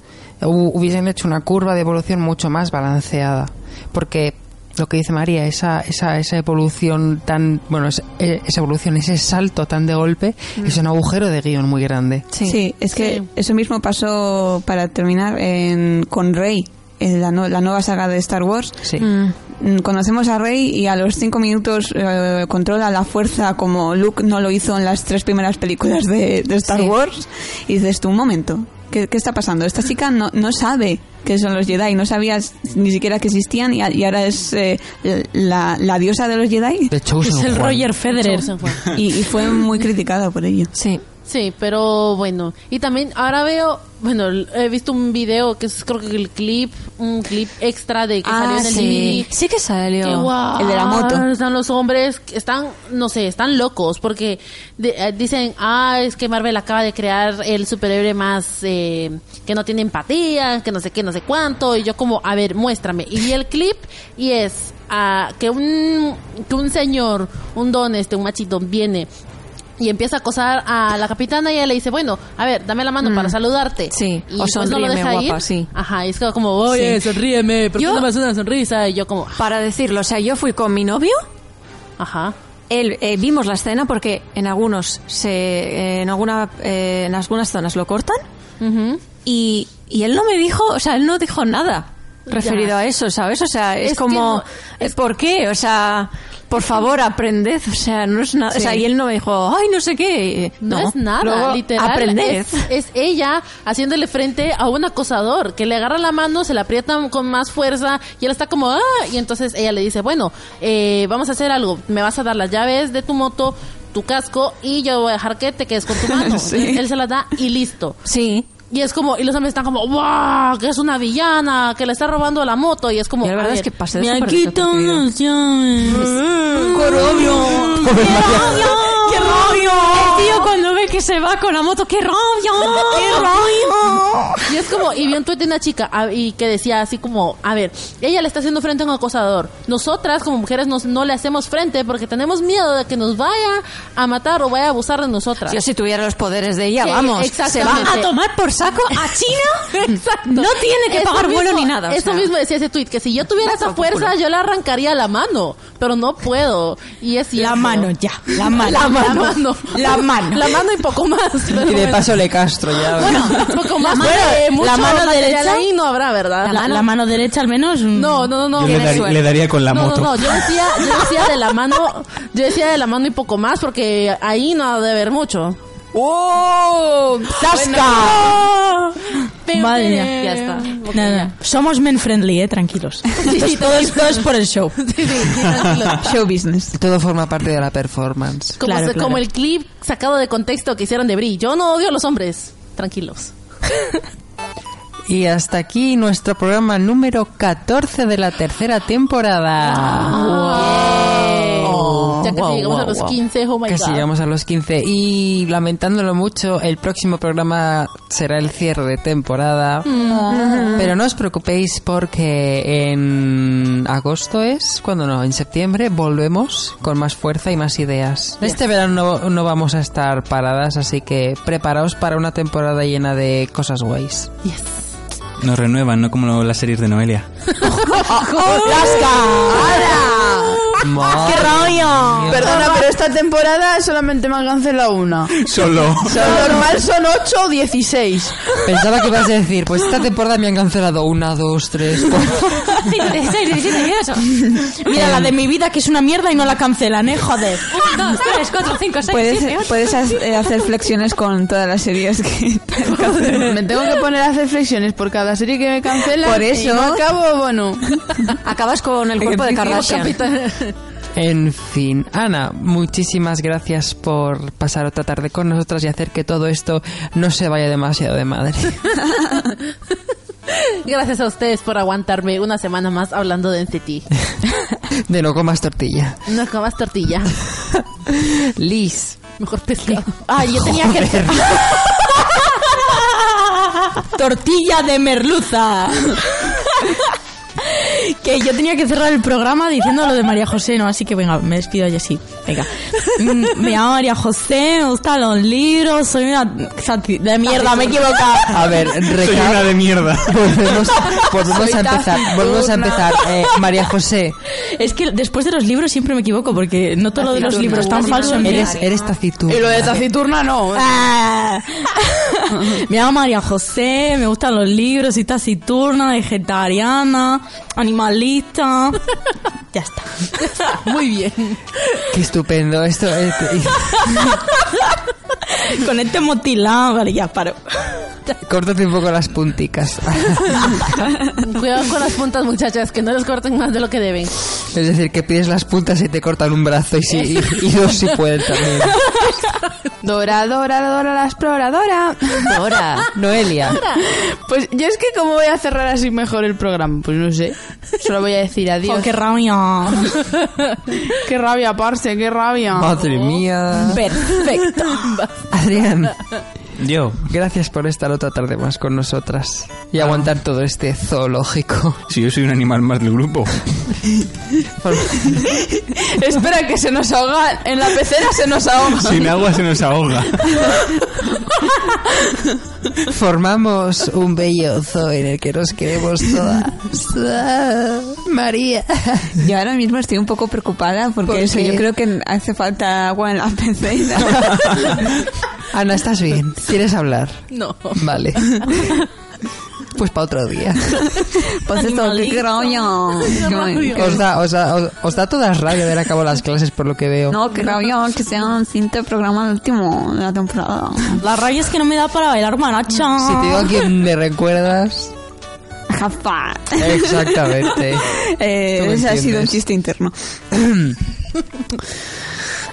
hu- hubiesen hecho una curva de evolución mucho más balanceada. Porque lo que dice María, esa, esa, esa evolución tan. Bueno, es- eh, esa evolución, ese salto tan de golpe,
Mm.
es un agujero de guión muy grande.
Sí, es que
Sí.
eso mismo pasó para terminar en- con Rey, en la, nue- la nueva saga de Star Wars.
Sí.
Mm,
Mm, Conocemos a Rey y a los cinco minutos eh, controla la fuerza como Luke no lo hizo en las tres primeras películas de, de Star
Sí.
Wars. Y dices tú, un momento, ¿qué, qué está pasando? Esta chica no, no sabe que son los Jedi, no sabía s- ni siquiera que existían y, a- y ahora es eh, la, la diosa de los Jedi.
De Chosen
Es Pues el
Pues Juan.
Roger Federer.
Chosen Juan.
Y, y fue muy criticada por ello.
sí.
Sí, pero bueno. Y también ahora veo, bueno, l- he visto un video que es creo que el clip, un clip extra de
Ah,
que
Ah,
salió en el
sí.
DVD.
Sí que salió.
Qué guau.
El de la moto.
Están los hombres, que están, no sé, están locos porque de- eh, dicen, ah, es que Marvel acaba de crear el superhéroe más eh, que no tiene empatía, que no sé qué, no sé cuánto. Y yo como, a ver, muéstrame. Y vi el clip y es ah, que un que un señor, un don, este, un machito viene. Y empieza a acosar a la capitana y ella le dice, bueno, a ver, dame la mano para saludarte.
Mm. Sí,
y pues
o sonríeme, guapa, sí.
Ajá, y es como, oye, sonríeme, pero
Yo-
no me haces una sonrisa. Y yo como,
Para decirlo, o sea, yo fui con mi novio,
ajá.
él, eh, vimos la escena porque en algunos se, eh, en, alguna, eh, en algunas zonas lo cortan
Ujú.
y, y él no me dijo, o sea, él no dijo nada referido
Ya.
a eso, ¿sabes? O sea, es,
Es que
como,
no-
eh, ¿por qué? O sea, por favor, aprended, o sea, no es nada, o sea, y él no me dijo, ay, no sé qué,
No, es nada,
Luego,
literal.
aprended.
Es, es ella haciéndole frente a un acosador que le agarra la mano, se la aprieta con más fuerza y él está como, ah, y entonces ella le dice, bueno, eh, vamos a hacer algo, me vas a dar las llaves de tu moto, tu casco y yo voy a dejar que te quedes con tu mano. Él se las da y listo.
Sí.
Y es como, y los hombres están como, ¡guau! Que es una villana, que le está robando la moto. Y es como,
Yo la verdad
a
es
ver,
que pasé de
Me han
súper
quitado
desapercibido.
unas llaves.
¡Qué rollo! El tío cuando ve que se va con la moto, ¡qué rollo! ¡Qué rollo!
Y es como, y vi un tuit de una chica a- y que decía así como, a ver, ella le está haciendo frente a un acosador. Nosotras como mujeres nos, no le hacemos frente porque tenemos miedo de que nos vaya a matar o vaya a abusar de nosotras.
Yo si tuviera los poderes de ella,
Sí,
vamos, se
exactamente.
van a tomar por saco a China.
Exacto.
No tiene que
Eso
pagar
mismo-
vuelo ni nada. o
Eso
sea.
mismo decía ese tuit, que si yo tuviera esa fuerza yo le arrancaría la mano, pero no puedo. Y es cierto.
La mano ya, la mano.
La mano. La mano.
La mano.
La mano y poco más. pero
Y de
bueno.
paso le castro ya.
poco más.
mano-
eh,
la
mucho
mano
material
derecha-
ahí no habrá, ¿verdad?
La, la mano derecha al menos. mm,
No, no, no, no.
Yo le, daría- le daría con la
no,
moto.
No, no, yo decía, yo decía de la mano, yo decía de la mano y poco más porque ahí no ha de haber mucho.
¡Oh! ¡Zasca!
Madre mía.
Ya está.
No, no, no. Somos men friendly, eh, tranquilos.
Sí,
todo esto es por el show.
Sí, sí, sí, tranquilo.
Show business.
Todo forma parte de la performance.
como,
Claro,
se-
claro.
como el clip sacado de contexto que hicieron de Brie. Yo no odio a los hombres. Tranquilos.
Y hasta aquí nuestro programa número 14 de la tercera temporada.
Yay. Ah. ya casi llegamos a los 15, oh my
Que
god.
sigamos a los 15. Y lamentándolo mucho, el próximo programa será el cierre de temporada.
Ah.
Pero no os preocupéis porque en agosto es, cuando no, en septiembre volvemos con más fuerza y más ideas. Este verano no, no vamos a estar paradas, así que preparaos para una temporada llena de cosas guays.
Nos renuevan, no como las series de Noelia.
Madre mía.
Perdona, pero esta temporada solamente me han cancelado una.
Solo.
Lo normal son 8 o 16.
Pensaba que ibas a decir, pues esta temporada me han cancelado una, dos, tres, cuatro.
16, 17, 18.
Mira, la de mi vida que es una mierda y no la cancelan, eh, joder.
1, 2, 3, 4, 5, 6,
Puedes,
7, 8.
puedes ha- eh, hacer flexiones con todas las series que te han cancelado.
Me tengo que poner a hacer flexiones por cada serie que me cancelan.
Por
Y no
eso-
acabo, bueno.
Pues, Acabas con el cuerpo de Kardashian.
En fin, Ana, muchísimas gracias por pasar otra tarde con nosotras y hacer que todo esto no se vaya demasiado de madre.
Gracias a ustedes por aguantarme una semana más hablando de NCT.
De no comas tortilla.
No comas tortilla.
Liz,
Mejor pescado.
Ay, yo tenía que Tortilla de merluza. que yo tenía que cerrar el programa diciendo lo de María José, ¿no? Así que venga, me despido yo sí. Venga. Mm, Me llamo María José, me gustan los libros, soy una... sati- De mierda, me he equivocado.
a ver,
Soy una
recap.
de mierda.
Volvemos, volvemos a empezar, volvemos a empezar. Eh, María José,
Es que después de los libros siempre me equivoco porque no todo lo de los libros tan falso en
eres, eres taciturna.
Y lo de taciturna no.
Ah. me llamo María José, me gustan los libros, soy taciturna, vegetariana, animalista. ya está.
Muy bien.
Qué estupendo esto. este-
Con este motilado, vale, ya paro.
Córtate un poco las punticas.
Cuidado con las puntas, muchachas, que no les corten más de lo que deben.
Es decir, que pides las puntas y te cortan un brazo y, si, y, y dos si pueden también.
Dora, Dora, Dora la exploradora.
Dora, Noelia.
Pues yo es que cómo voy a cerrar así mejor el programa, pues no sé. Solo voy a decir adiós.
Oh, qué rabia.
Qué rabia, parce, qué rabia.
Madre mía.
Perfecto.
Adrián,
Yo.
gracias por estar otra tarde más con nosotras y aguantar todo este zoológico.
Si yo soy un animal más del grupo.
Espera que se nos ahoga, en la pecera se nos ahoga.
Sin agua se nos ahoga.
Formamos un bello zoo en el que nos queremos todas. María.
Yo ahora mismo estoy un poco preocupada porque eso, yo creo que hace falta agua en la pecera.
Ana, ¿estás bien? ¿Quieres hablar?
No.
Vale. Pues para otro día.
pues esto, qué groño.
Os da, os da, os, os da todas rabia ver acabo las clases por lo que veo.
No, qué rabia que sea un cinto programa el último de la temporada.
La rabia es que no me da para bailar manacha.
Si te digo a quién me recuerdas.
Jafa.
Exactamente.
Eh,
Tú me
ese ha sido
entiendes.
un chiste interno.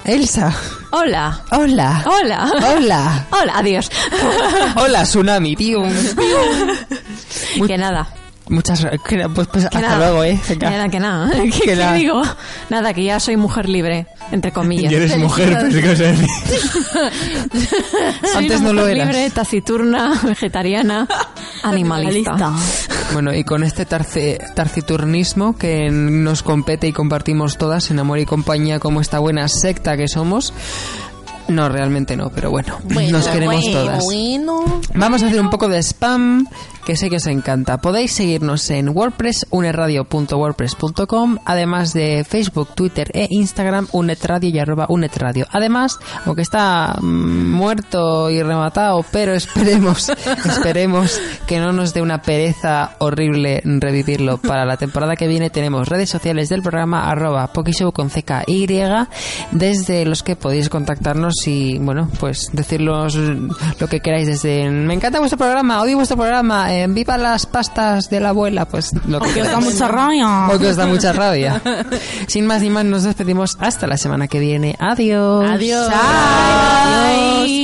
Elsa.
Hola.
Hola.
Hola.
Hola.
Hola, adiós.
Hola, tsunami. Pium. Muy-
que nada.
Muchas gracias. Pues, pues,
Que
hasta
nada.
luego, ¿eh? Venga.
Que nada, que nada. ¿Qué,
Que
qué
nada.
digo? Nada, que ya soy mujer libre, entre comillas.
Y eres mujer, pensé que ibas a decir.
Soy
Antes
una
no lo
mujer
eras.
libre, taciturna, vegetariana, animalista.
Bueno, y con este tarce- tarciturnismo que nos compete y compartimos todas en amor y compañía como esta buena secta que somos. No, realmente no, pero bueno,
Bueno,
nos queremos
bueno,
todas.
Bueno.
Vamos a hacer un poco de spam, que sé que os encanta. Podéis seguirnos en WordPress, unetradio.wordpress.com, además de Facebook, Twitter e Instagram, unetradio y arroba unetradio. Además, aunque está mm, muerto y rematado, pero esperemos, esperemos que no nos dé una pereza horrible revivirlo. Para la temporada que viene tenemos redes sociales del programa, arroba pokishow con CKY, desde los que podéis contactarnos y, bueno, pues decirnos lo que queráis desde me encanta vuestro programa, odio vuestro programa, eh, viva las pastas de la abuela, pues lo que
Que os da
queráis.
mucha rabia.
O que os da mucha rabia. Sin más ni más, nos despedimos hasta la semana que viene. Adiós.
Adiós.
Adiós.